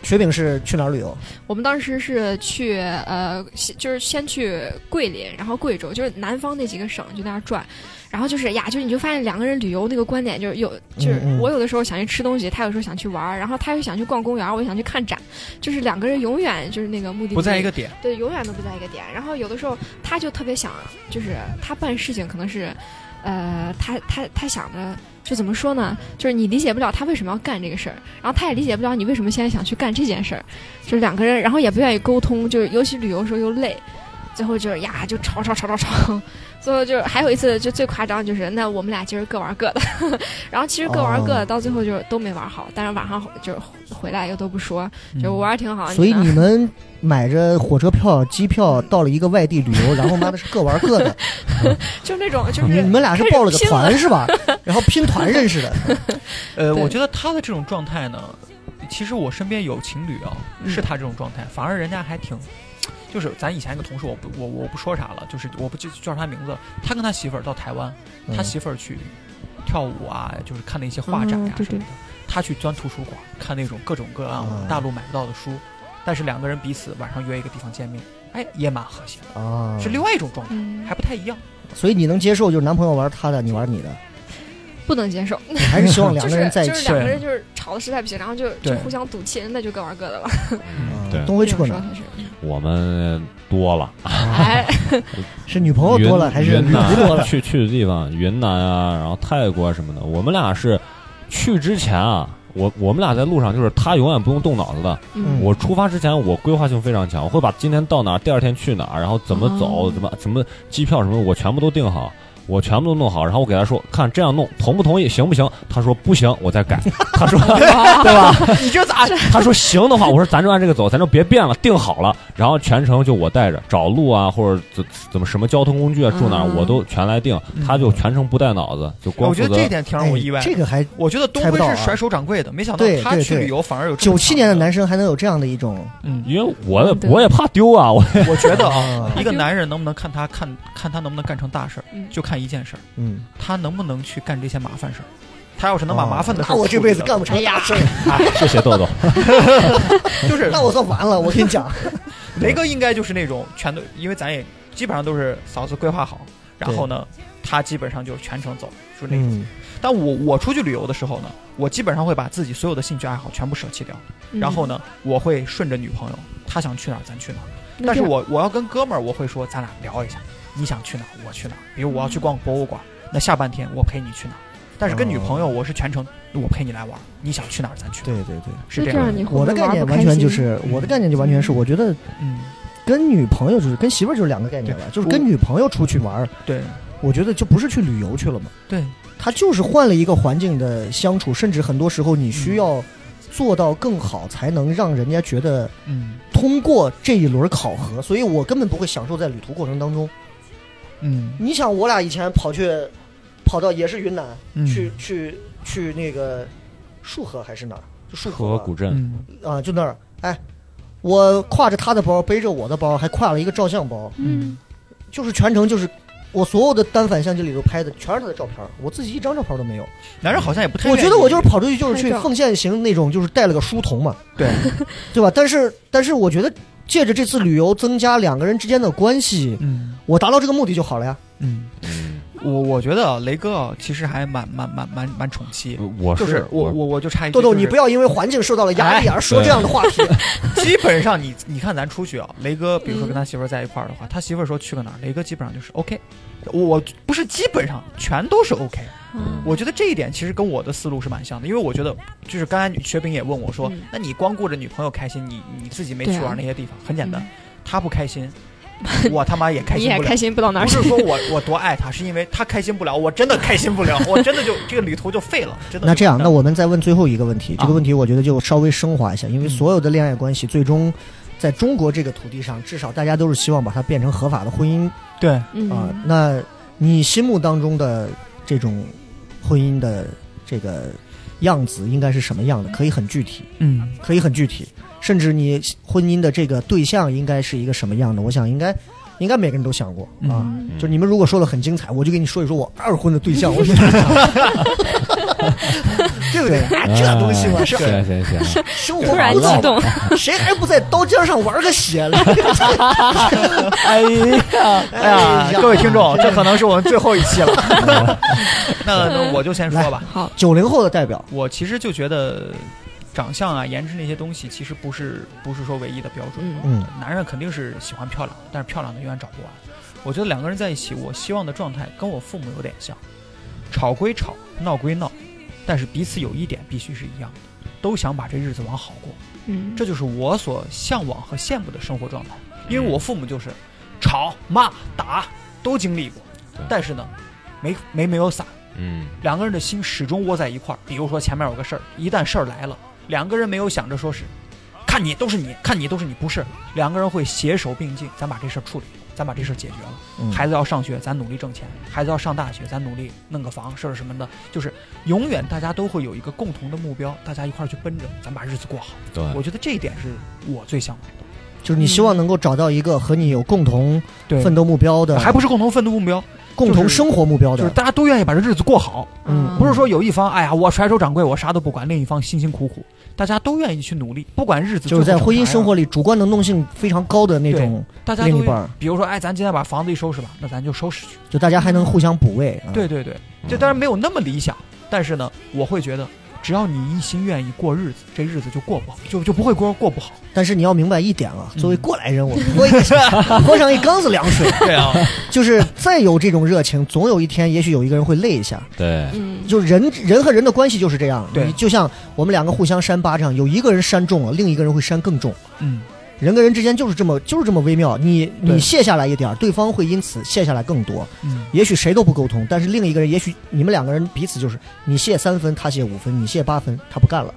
雪饼是去哪儿旅游？
我们当时是去呃，先就是先去桂林，然后贵州，就是南方那几个省就在那儿转。然后就是呀，就是你就发现两个人旅游那个观点就是有，就是
嗯嗯
我有的时候想去吃东西，他有时候想去玩儿，然后他又想去逛公园，我想去看展，就是两个人永远就是那个目的地
不在一个点。
对，永远都不在一个点。然后有的时候他就特别想，就是他办事情可能是，呃，他他他想着就怎么说呢？就是你理解不了他为什么要干这个事儿，然后他也理解不了你为什么现在想去干这件事儿，就是两个人，然后也不愿意沟通，就是尤其旅游的时候又累。最后就是呀，就吵吵吵吵吵，最后就是还有一次就最夸张，就是那我们俩今儿各玩各的， *laughs* 然后其实各玩各的，
哦
到最后就是都没玩好，但是晚上就是回来又都不说，
嗯
就我玩儿挺好。
嗯所以
呢
你们买着火车票、机票到了一个外地旅
*laughs*
游，然后妈的是各玩各的，
*laughs* 就那种就
你
是
你们俩是报了个团是
*laughs*
吧？然后拼团认识的，
呃，
对
我觉得他的这种状态呢，其实我身边有情侣啊，
嗯
是他这种状态，反而人家还挺，就是咱以前一个同事，我不我我不说啥了，就是我不记叫他名字，他跟他媳妇儿到台湾， *laughs* 他
嗯
媳妇儿去跳舞啊，就是看那些画展呀、
嗯对
什么的，他去钻图书馆看那种各种各样
嗯
大陆买不到的书，但是两个人彼此晚上约一个地方见面，哎，也蛮和谐的，
啊，
是另外一种状态，
嗯
还不太一样。
所以你能接受就是男朋友玩他的，你玩你的，
不能接受，
你还是希望两
就
个
是
人在一
就是
起。
两个人就是吵的实在不行，然后就就
对
互相赌气，那就各玩各的了。
啊
对，
东辉去过啊哪？
这种时候就是？
我们多了，
哎，
是女朋友多了
云
还是
云
旅
南
游多了？
*laughs* 去去的地方，云南啊，然后泰国啊什么的。我们俩是去之前啊，我我们俩在路上就是他永远不用动脑子的。
嗯
我出发之前，我规划性非常强，我会把今天到哪儿，第二天去哪儿，然后怎么走，
哦
怎么什么机票什么的，我全部都定好，我全部都弄好，然后我给他说，看这样弄同不同意，行不行？他说不行，我
*laughs*
再改。他说对吧？
你这
*laughs*
咋？
他说行的话，我说咱就按这个走，咱就别变了，定好了。然后全程就我带着找路啊，或者怎怎么什么交通工具啊，住哪儿
嗯
我都全来定。
嗯
他就全程不带脑子，就光
哎我
负
觉
责
得这一点挺让我意外
哎
的。
这个还
我觉得东
猜不
辉
到啊
是甩手掌柜的，没想到
对
他
对
去
对
旅游反而有这么
九七年的
长
男生还能有这样的一种
嗯，
因为我也
对
我也怕丢啊，我
*laughs* 我觉得啊，
啊，
一个男人能不能看他看看他能不能干成大事儿，就看一件事儿，
嗯，
他能不能去干这些麻烦事儿。他要是能把麻烦的事
哦那
儿，
我这辈子干，不
哎
成大事儿，
谢谢
*laughs*
豆豆。
就是
那我算完
*laughs*
了。我跟你讲，
雷哥应该就是那种全都，因为咱也基本上都是嫂子规划好，然后呢，他基本上就是全程走，就是那种。
嗯，
但我我出去旅游的时候呢，我基本上会把自己所有的兴趣爱好全部舍弃掉，
嗯
然后呢，我会顺着女朋友，她想去哪儿咱去哪儿。
嗯？
但是
那这样
我我要跟哥们儿，我会说咱俩聊一下，你想去哪儿，我去哪儿。比如我要去
嗯
逛博物馆，那下半天我陪你去哪儿。但是跟女
哦
朋友，我是全程我陪你来玩儿，你想去哪儿咱去哪
对
儿，
对对，
是
那
这
这
样
样
的。
你会
我的
不会玩
概念
不开
完全就
心
是我的概念就完全是，我觉得
嗯，
跟女朋友就是跟媳妇儿就是两个概念了，就是跟女朋友出去玩儿，
对
我觉得就不是去旅游去了嘛，
对，
他就是换了一个环境的相处，甚至很多时候你需要做到更好，才能让人家觉得
嗯
通过这一轮考核。所以我根本不会享受在旅途过程当中。
嗯
你想，我俩以前跑去跑到也是云南，
嗯，
去去去那个束河还是哪儿？就束河
和
吧
古镇，
嗯
啊、就那儿。哎，我挎着他的包，背着我的包，还挎了一个照相包。
嗯，
就是全程就是我所有的单反相机里头拍的全是他的照片儿，我自己一张照片儿都没有。
男人好像也不太愿
我
意，
觉得我就是跑出去就是去
拍照
奉献型那种，就是带了个书童嘛，
对，
*laughs* 对吧？但是但是我觉得借着这次旅游增加两个人之间的关系，
嗯
我达到这个目的就好了呀。
嗯，
嗯
我我觉得雷哥啊其实还蛮蛮蛮蛮蛮宠妻，
我
就是嗯我
我
我我就插一句，
豆豆，
就是哎
你不要因为环境受到了压力而说这样的话题。
*laughs* 基本上你你看咱出去啊，雷哥比如说跟他媳妇儿在一块儿的话，他媳妇儿说去个哪儿，雷哥基本上就是 OK，我我不是基本上全都是 OK。
嗯
我觉得这一点其实跟我的思路是蛮像的，因为我觉得就是刚才雪饼也问我说，
嗯
那你光顾着女朋友开心，你你自己没
对
去
啊
玩那些地方，很简单，她不开心，我他妈也开
你
心
*laughs* 也
不了
开。心不到哪儿
不
去
是。说我我多爱她，是因为她开心不了，我真的开心不了，我真的就这个旅途就废了，真的就废了。
*laughs* 那这样，那我们再问最后一个问题，这个
啊
问题我觉得就稍微升华一下，因为
嗯
所有的恋爱关系最终。在中国这个土地上，至少大家都是希望把它变成合法的婚姻
对
啊、
嗯，
那你心目当中的这种婚姻的这个样子应该是什么样的？可以很具体，
嗯，
可以很具体，甚至你婚姻的这个对象应该是一个什么样的？我想应该应该每个人都想过啊。
嗯
就你们如果说的很精彩，我就给你说一说我二婚的对
*laughs*
象，我是怎么想的对不对？啊，这东西嘛，是吧
行行行，
生活
突然
枯
激
燥嘛
动，
谁还不在刀尖上玩个血了？
*laughs* 哎呀，哎
哎
呀，
呀
各位听众，这可能是我们最后一期了。 *laughs* 那那我就先说吧，
好，
九零后的代表，
我其实就觉得长相啊、颜值那些东西，其实不是不是说唯一的标准。
嗯
嗯，
男人肯定是喜欢漂亮，但是漂亮的永远找不完。我觉得两个人在一起，我希望的状态跟我父母有点像，吵归吵，闹归闹，但是彼此有一点必须是一样的，都想把这日子往好过。
嗯，
这就是我所向往和羡慕的生活状态。因为我父母就是吵、骂、打都经历过
对，
但是呢，没没没有散，
嗯
两个人的心始终窝在一块儿。比如说前面有个事儿，一旦事儿来了，两个人没有想着说是看你都是你，看你都是你，不是两个人会携手并进，咱把这事儿处理，咱把这事儿解决了。
嗯
孩子要上学，咱努力挣钱；孩子要上大学，咱努力弄个房，是不是什么的，就是永远大家都会有一个共同的目标，大家一块儿去奔着，咱把日子过好。
对，
我觉得这一点是我最向往的。
就是你希望能够找到一个和你有共同
对
奋斗目标的，
嗯还不是共同奋斗目标，
共同生活目标
就
的
是，大家都愿意把这日子过好，
嗯
不是说有一方哎呀我甩手掌柜我啥都不管，另一方辛辛苦苦，大家都愿意去努力，不管日子
就是在
最后
婚姻
长啥
生
样
活里主观能动性非常高的那种，
啊大家
另
都
一半儿
愿意比如说哎咱今天把房子一收拾吧，那咱就收拾去。
就大家还能互相补位。啊、
对，对对，这当然没有那么理想，但是呢，我会觉得只要你一心愿意过日子，这日子就过不好，就就不会过过不好。
但是你要明白一点啊，
嗯
作为过来人，我泼一个泼上一缸子凉水，
嗯
对啊，
就是再有这种热情，总有一天，也许有一个人会累一下。
对，
嗯，
就是人人和人的关系就是这样，
对
你就像我们两个互相扇巴掌，有一个人扇中了，另一个人会扇更重。
嗯，
人跟人之间就是这么就是这么微妙，你
对
你卸下来一点儿，对方会因此卸下来更多。
嗯
也许谁都不沟通，但是另一个人，也许你们两个人彼此就是你卸三分，他卸五分，你卸八分，他不干了。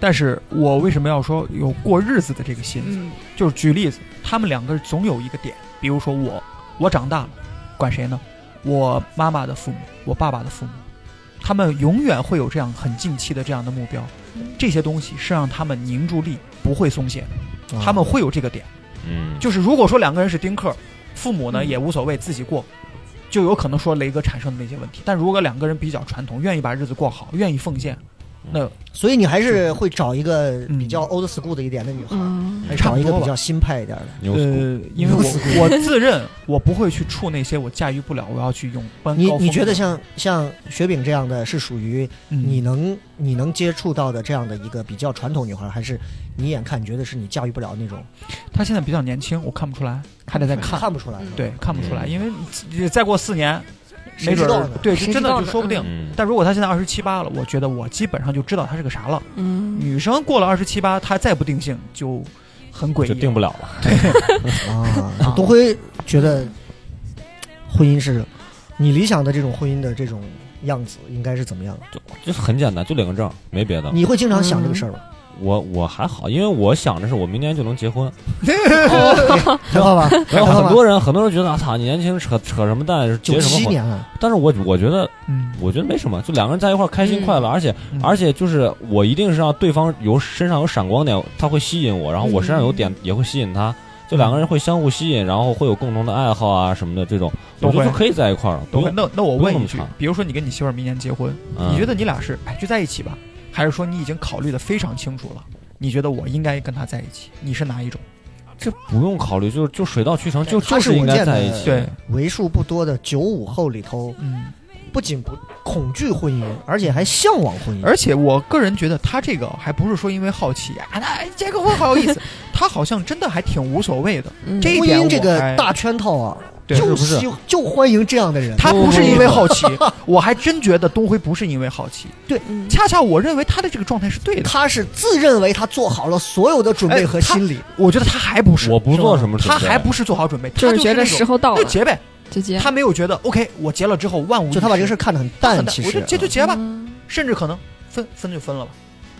但是我为什么要说有过日子的这个心？
嗯，
就是举例子，他们两个总有一个点，比如说我，我长大了，管谁呢？我妈妈的父母，我爸爸的父母，他们永远会有这样很近期的这样的目标，这些东西是让他们凝住力，不会松懈的，
啊
他们会有这个点。
嗯
就是如果说两个人是丁克，父母呢
嗯
也无所谓，自己过，就有可能说雷哥产生的那些问题。但如果两个人比较传统，愿意把日子过好，愿意奉献，那
所以你还是会找一个
嗯
比较 old school 的一点的女孩，
嗯，
还差
找
不
哎一个
多
比较
吧。
新派一点的。
牛
呃，因为我我自认我不会去触那些我驾驭不了，我要去勇攀
你
高峰
你觉得
的
像像雪饼这样的是属于
嗯
你能你能接触到的这样的一个比较传统女孩，还是你眼看觉得是你驾驭不了那种？
他现在比较年轻，我看不出来，还得再看。
看不出来的。
对，看不出来，
嗯
因为你再过四年，
谁
没
知
准
道
儿
呢？
对，
谁知
真的
道
就
呢
说不定。
嗯
但如果他现在二十七八了，我觉得我基本上就知道他是个啥了。
嗯，
女生过了二十七八，她再不定性就很诡异
就
了。
定不了了，
啊，东辉觉得婚姻是你理想的这种婚姻的这种样子应该是怎么样？
就就很简单，就领个证，没别的。
你会经常想这个事儿吗？
我我还好，因为我想着是我明年就能结婚。
很好吧？
然
很
后
好
很
吧？
多人很多人觉得啊，操，你年轻扯扯什么蛋，
九
结什
七
么婚？
年啊，
但是我我觉得
嗯，
我觉得没什么，就两个人在一块儿开心
嗯
快乐，而且
嗯
而且就是我一定是让对方有身上有闪光点，他会吸引我，然后我身上有点也会吸引他，就两个人会相互吸引，然后会有共同的爱好啊什么的这种，
都
我觉
会
得就可以在一块儿了，不
懂了
用。
那那我
不用
问
那
一
么
句
长，
比如说你跟你媳妇儿明年结婚，
嗯
你觉得你俩是哎就在一起吧，还是说你已经考虑的非常清楚了？你觉得我应该跟他在一起？你是哪一种？
这不用考虑，就就水到渠成，就
他
嗯就是应
我
该
见
在
的
一起。
对，
为数不多的九五后里头，
嗯。
不仅不恐惧婚姻，而且还向往婚姻。
而且我个人觉得他这个还不是说因为好奇啊，那结个婚好有 *laughs* 意思，他好像真的还挺无所 *laughs* 谓的。
嗯
这一
婚
点
姻
我
这个
还
大圈套啊，
对
就
不是
喜就欢迎这样的人。
他不是因为好奇， *laughs* 我还真觉得东辉不是因为好奇，
嗯
恰恰我认为他的这个状态是对的。
他是自认为他做好了所有的准备和心理，
我觉得他还不是，
我不做什么准备
他还不是做好准备，他
就是
是
觉得时
候
候到
就
了
结呗，
就结，
他没有觉得 OK，我结了之后万无一
就他把这个事
失
儿看得很
很
淡。
淡
其
我就
实
结就结吧，
嗯
甚至可能分分就分了吧。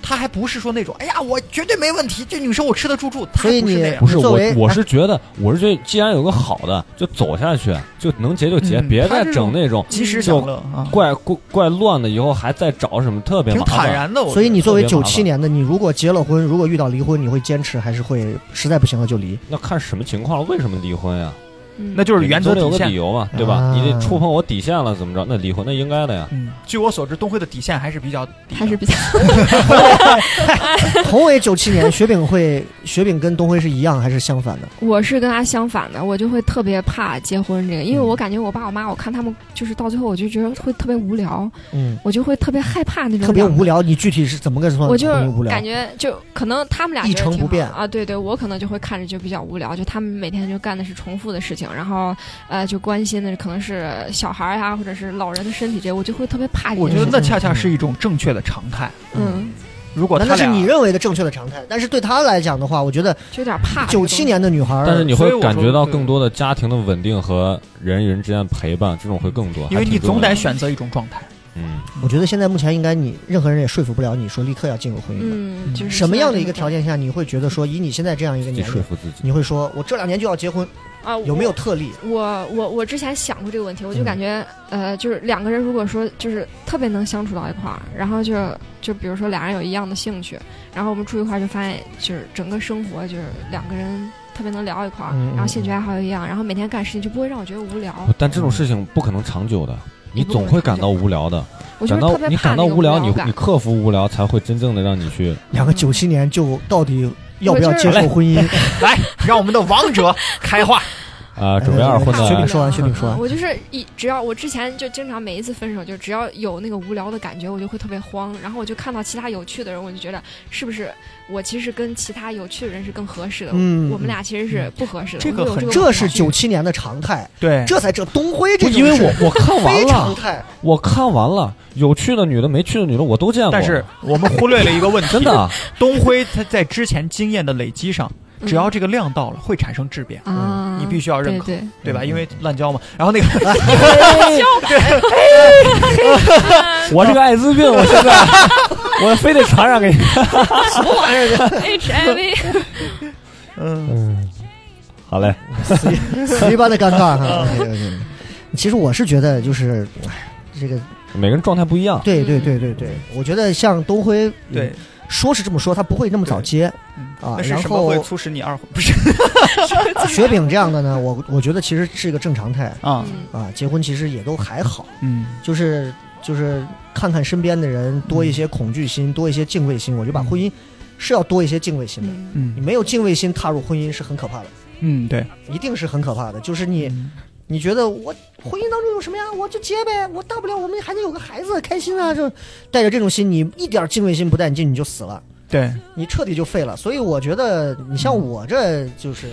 他还不是说那种，哎呀，我绝对没问题，这女生我吃得住住，他还
所以
不是
你
那样
不是
作
我
为，
我是觉得，我是觉得，既然有个好的，就走下去，就能结就结，
嗯
别
他
再
这
整
种
那种
及时
就
享乐啊，
怪怪怪乱的，以后还再找什么特别
挺
麻
坦
烦。
然的。我
所以
觉得
你作为
特别
九
麻
七
烦
年的，你如果结了婚，如果遇到离婚，你会坚持还是会实在不行了就离？
那看什么情况了？为什么离婚呀？
嗯
那就是
你
原则
总得有
底
个理
线。
由嘛，对吧？
啊
你得触碰我底线了，怎么着？那离婚那应该的呀。
嗯，据我所知，东辉的底线还是比较低的，
还是比较
宏伟九七年，雪饼会雪饼跟东辉是一样还是相反的？
我是跟他相反的，我就会特别怕结婚这个，因为
嗯
我感觉我爸我妈，我看他们就是到最后，我就觉得会特别无聊，
嗯，
我就会特别害怕那种
特别
两个
无聊。你具体是怎么个算？
我就
特别嗯无聊
感。觉就可能他们俩
一
觉得
成
挺
不
好
变
啊，对对，我可能就会看着就比较无聊，就他们每天就干的是重复的事情，然后呃就关心的可能是小孩儿呀、啊或者是老人的身体这些，我就会特别怕这
我
件
觉
事
得
情。
那恰恰是一种正确的常态。
嗯，
如果
那
他
那是
俩，
你认为的正确的常态，但是对他来讲的话，我觉得
就有点怕这个
九
东西。
七年的女孩儿，
但是你
所以
会
我
感
说
觉到
对
更多的家庭的稳定和人与人之间的陪伴，这种会更多。
因为
还挺
你总
重要
得
的
选择一种状态。
嗯，
我觉得现在目前应该你任何人也说服不了你说立刻要进入婚姻的。
嗯，就是
什么样的一个条
件
件下你会觉得说以你现在这样一个
自己
年
说
龄，
服自己。
你会说我这两年就要结婚？
啊？
有没有
我？
特例？
我我我之前想过这个问题，我就
嗯
感觉、呃，就是两个人如果说就是特别能相处到一块儿，然后就就比如说俩人有一样的兴趣，然后我们住一块儿就发现就是整个生活就是两个人特别能聊一块儿，
嗯
然后
嗯
兴趣爱好一样，然后每天干事情就不会让我觉得无聊。
但这种事情不可能长久的，你
你不可
总
能
会感到无聊的，
我就
感
是
到
特别
你
怕
感
那
到
种
无聊，你
感
你。克服无聊，才会真正的让你去
两
嗯
个九七年就到底要不要接受
*laughs*
婚姻？
来，让我们的王者开话。
啊，准备二婚
雪饼
的。
说完，雪饼说
嗯
完。
我就是一只要我之前就经常每一次分手，就只要有那个无聊的感觉，我就会特别慌。然后我就看到其他有趣的人，我就觉得是不是我其实跟其他有趣的人是更合适的？
嗯
我们俩其实是不合适的。
这个
我会有
很
这
这是
恐
九
惧
七年的常态，
对
这才这东辉这
哎不
种
因为
事
我我看完
非常
了，
态，
我看完了，有趣的女的、没趣的女的我都见过。
但
*laughs*
是我们忽略了一个问题，
真
*laughs*
的啊，
东辉他在之前经验的累积上，
嗯
只要这个量到了，会产生质变，
啊，
你必须要认
对
可，
啊对，
对
嗯
吧？因为滥交嘛。然后
*laughs*
那个，
哎
*laughs*
我这个艾滋病，我现在 *laughs* 我非得传染给你。 *laughs*
HIV
嗯，
嗯，好嘞，
死一般的尴尬
*laughs*
哈。对对
嗯
对其实我是觉得就是，哎这个
每个人状态不一样。
对对对对对，我觉得像东辉，嗯
对，，
说是这么说，他不会那么早接。
嗯
啊
那是
然
什么会
后
促使你二婚？不是
雪饼这样的呢，我我觉得其实是一个正常态
啊，
嗯
啊，结婚其实也都还好。
嗯，
就是就是看看身边的人，多一些恐惧心，多一些敬畏心。我觉得把婚姻是要多一些敬畏心的。
嗯
嗯
你没有敬畏心踏入婚姻是很可怕的，
嗯，对，
一定是很可怕的。就是
嗯
你你觉得我婚姻当中有什么呀？我就结呗，我大不了我们还能有个孩子，开心啊！就带着这种心，你一点敬畏心不带进，你就死了，
对。
你彻底就废了。所以我觉得你像
嗯
我这就是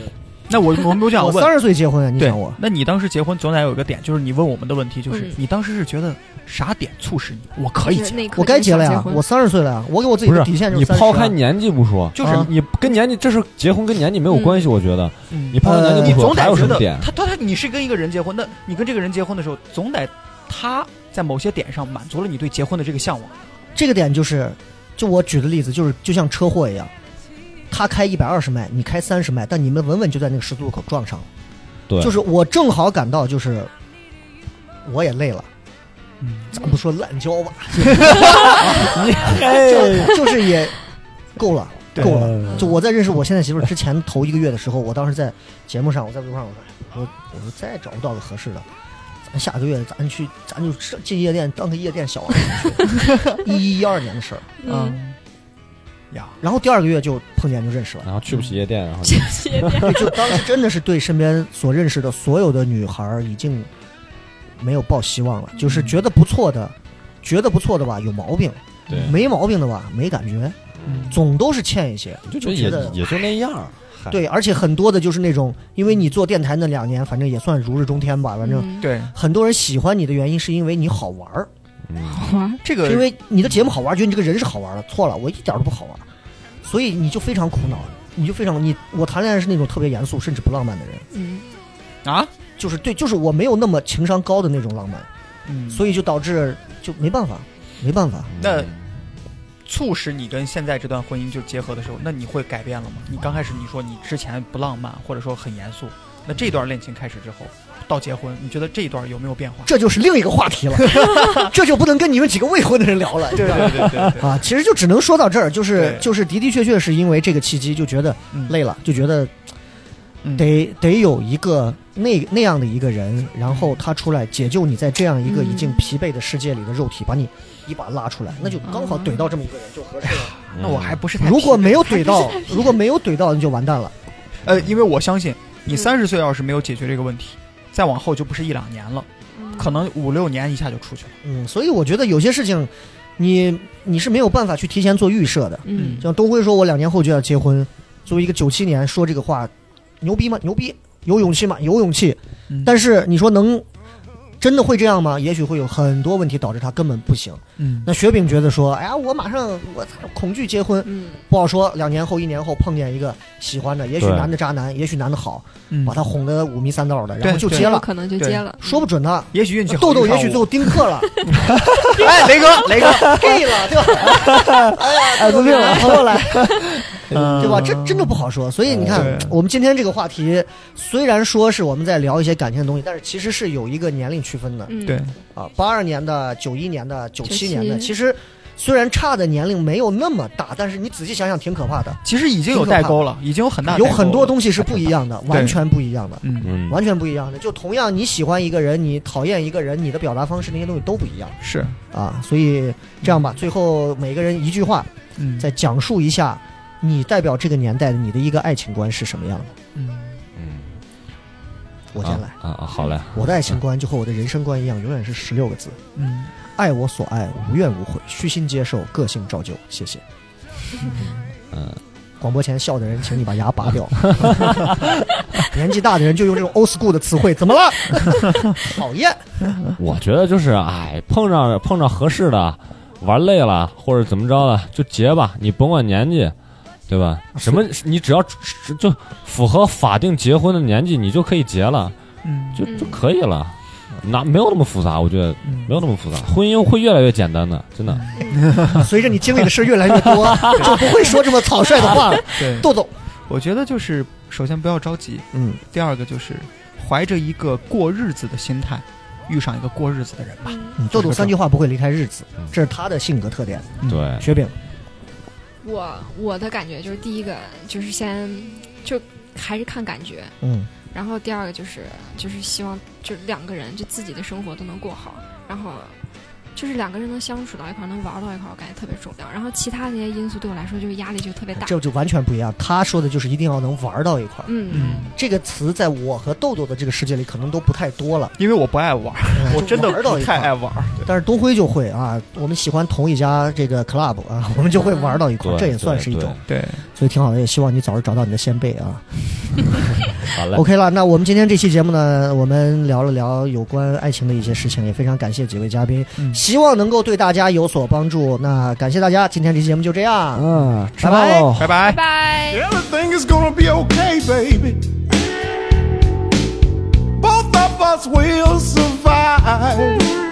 那我我们都想
我
问，
三十岁结婚啊，你
对
想我，
那你当时结婚总得有一个点，就是你问我们的问题，就是、
嗯
你当时是觉得啥点促使你我可以
就是
结，
那一刻
我该
就
结
想
了
结
呀，
婚
我三十岁了呀，我给我自己
不
的
是
底线就
你
是
抛
30
开
啊
年纪不说，
就是
啊
你跟年纪这是结婚跟年纪没有关系，我觉得
嗯
你抛开年纪
你
不说，
总
还
得
有
觉
什么
得
点？
他他他你是跟一个人结婚，那你跟这个人结婚的时候，总得他在某些点上满足了你对结婚的这个向往。
这个点就是，就我举的例子，就是就像车祸一样，他开一百二十迈，你开三十迈，但你们稳稳就在那个十字路口撞上了。
对
就是我正好赶到，就是我也累了，
嗯，
咱不说滥交吧，
*laughs*
哎，
就就是也够了，
对
够了。就我在认识我现在媳妇儿之前头一个月的时候，我当时在节目上，我在微博上我说，我我说再也找不到个合适的，咱下个月咱去，咱就进夜店当个夜店小王去，一一一二年的事儿。
嗯，
呀，
然后第二个月就碰见就认识了。
然后去不起夜店，然后
*laughs*
就
这些店
对，就当时真的是对身边所认识的所有的女孩儿已经没有抱希望了，就是觉得不错的，觉得不错的吧有毛病，
对，
没毛病的吧没感觉，
嗯
总都是欠一些。
就
就觉
也
得
也就那样儿。嗨，
对，而且很多的就是那种，因为你做电台那两年，反正也算如日中天吧，反正。
嗯
对，
很多人喜欢你的原因是因为你好玩儿，
嗯
好玩，
这
是因
个
为你的节目好玩儿，觉得你这个人是好玩儿的。错了，我一点儿都不好玩儿，所以你就非常苦恼，你就非常你我谈恋爱是那种特别严肃甚至不浪漫的人，
嗯，
啊，
就是对，就是我没有那么情商高的那种浪漫，
嗯，
所以就导致就没办法，没办法。
嗯
那促使你跟现在这段婚姻就结合的时候，那你会改变了吗？你刚开始你说你之前不浪漫，或者说很严肃，那这段恋情开始之后到结婚，你觉得这一段有没有变化？
这就是另一个话题了， *laughs* 这就不能跟你们几个未婚的人聊了。
对对对对对，
啊，其实就只能说到这儿，就是
对
就是的的确确是因为这个契机，就觉得
嗯
累了，就觉得
嗯
得得有一个那那样的一个人，然后他出来解救你在这样一个已经疲惫的世界里的肉体，把你一把拉出来，那就刚好怼到这么一个人就合适了。
那我还不是太
如果
匹
没有怼
*laughs*
到，如果没有怼到，你就完蛋了。
呃，因为我相信你
嗯
三十岁要是没有解决这个问题，再往后就不是一两年了，
嗯
可能五六年一下就出去了。
嗯，所以我觉得有些事情，你你是没有办法去提前做预设的。
嗯
像东辉说，我两年后就要结婚，作为一个九七年说这个话，牛逼吗？牛逼，有勇气吗？有勇气。
嗯
但是你说能真的会这样吗？也许会有很多问题导致他根本不行。
嗯，
那雪饼觉得说，哎呀，我马上我操恐惧结婚，
嗯，
不好说。两年后、一年后碰见一个喜欢的，也许
对
男的渣男，也许男的好，
嗯
把他哄得五迷三道的，然后
对
就
对
接
有
了，
可能就接了，
说不准呢。
也许运气好
豆豆
遇
也
上
许
我
最后丁克了
哎，雷哥，雷哥，
，gay 了，对吧？哎
艾滋病了，
朋友来，
对
*laughs* 对吧？这真的不好说。所以你
嗯对
看，我们今天这个话题，虽然说是我们在聊一些感情的东西，但是其实是有一个年龄区分的
嗯，
对，
啊，八二年的、九一年的、九七年的，
97
其实虽然差的年龄没有那么大，但是你仔细想想挺可怕的，
其实已经有代沟了，已经有很大
有
代沟
很多
了
东西是不一样的，完全不一样的。
嗯
嗯，
完全不一样的，就同样你喜欢一个人，你讨厌一个人，你的表达方式那些东西都不一样
是
啊。所以这样吧，最后每个人一句话，
嗯
再讲述一下你代表这个年代的你的一个爱情观是什么样的。
嗯
嗯，
我先来，
啊啊，好嘞，
我的爱情观就和我的人生观一样，永远是十六个字：
嗯
爱我所爱，无怨无悔，虚心接受，个性照旧。谢谢。
嗯，
广播前笑的人，请你把牙拔掉。 *laughs* 年纪大的人就用这种 old school 的词汇，怎么了？讨厌。
嗯
我觉得就是哎，碰上碰上合适的，玩累了或者怎么着了，就结吧，你甭管年纪，对吧？
啊
什么你只要就符合法定结婚的年纪，你就可以结了，
嗯
就
嗯
就可以了。那没有那么复杂，我觉得
嗯
没有那么复杂，婚姻会越来越简单的，真的。
随着你经历的事越来越
*laughs*
多，就不会说这么草率的话了。
对，
豆豆，
我觉得就是首先不要着急，
嗯，
第二个就是怀着一个过日子的心态，遇上一个过日子的人吧。
嗯豆豆三句话不会离开日子，这是他的性格特点。
嗯
对，
雪饼，
我我的感觉就是第一个就是先就还是看感觉，
嗯，
然后第二个就是就是希望就两个人就自己的生活都能过好，然后就是两个人能相处到一块儿，能玩儿到一块儿，我感觉特别重要。然后其他那些因素对我来说就是压力就特别大。
嗯这就完全不一样。他说的就是一定要能玩到一块儿。
嗯，
这个词在我和豆豆的这个世界里可能都不太多了，
因为我不爱玩儿，
嗯
*laughs* 我真的
就玩到
不
一块
太
儿
爱玩儿。
但是东辉就会啊，我们喜欢同一家这个 club 啊， *laughs* 我们就会玩到一块儿，这
对，
也算是一
对
种，
对，
所以挺好的。也希望你早日找到你的先辈啊。
对
*laughs*
好嘞，
OK 了，那我们今天这期节目呢，我们聊了聊有关爱情的一些事情，也非常感谢几位嘉宾，
嗯
希望能够对大家有所帮助。那感谢大家，今天这期节目就这样，
嗯，
拜拜。
拜拜
拜。拜。
Everything is gonna be okay, baby. Both of us will survive.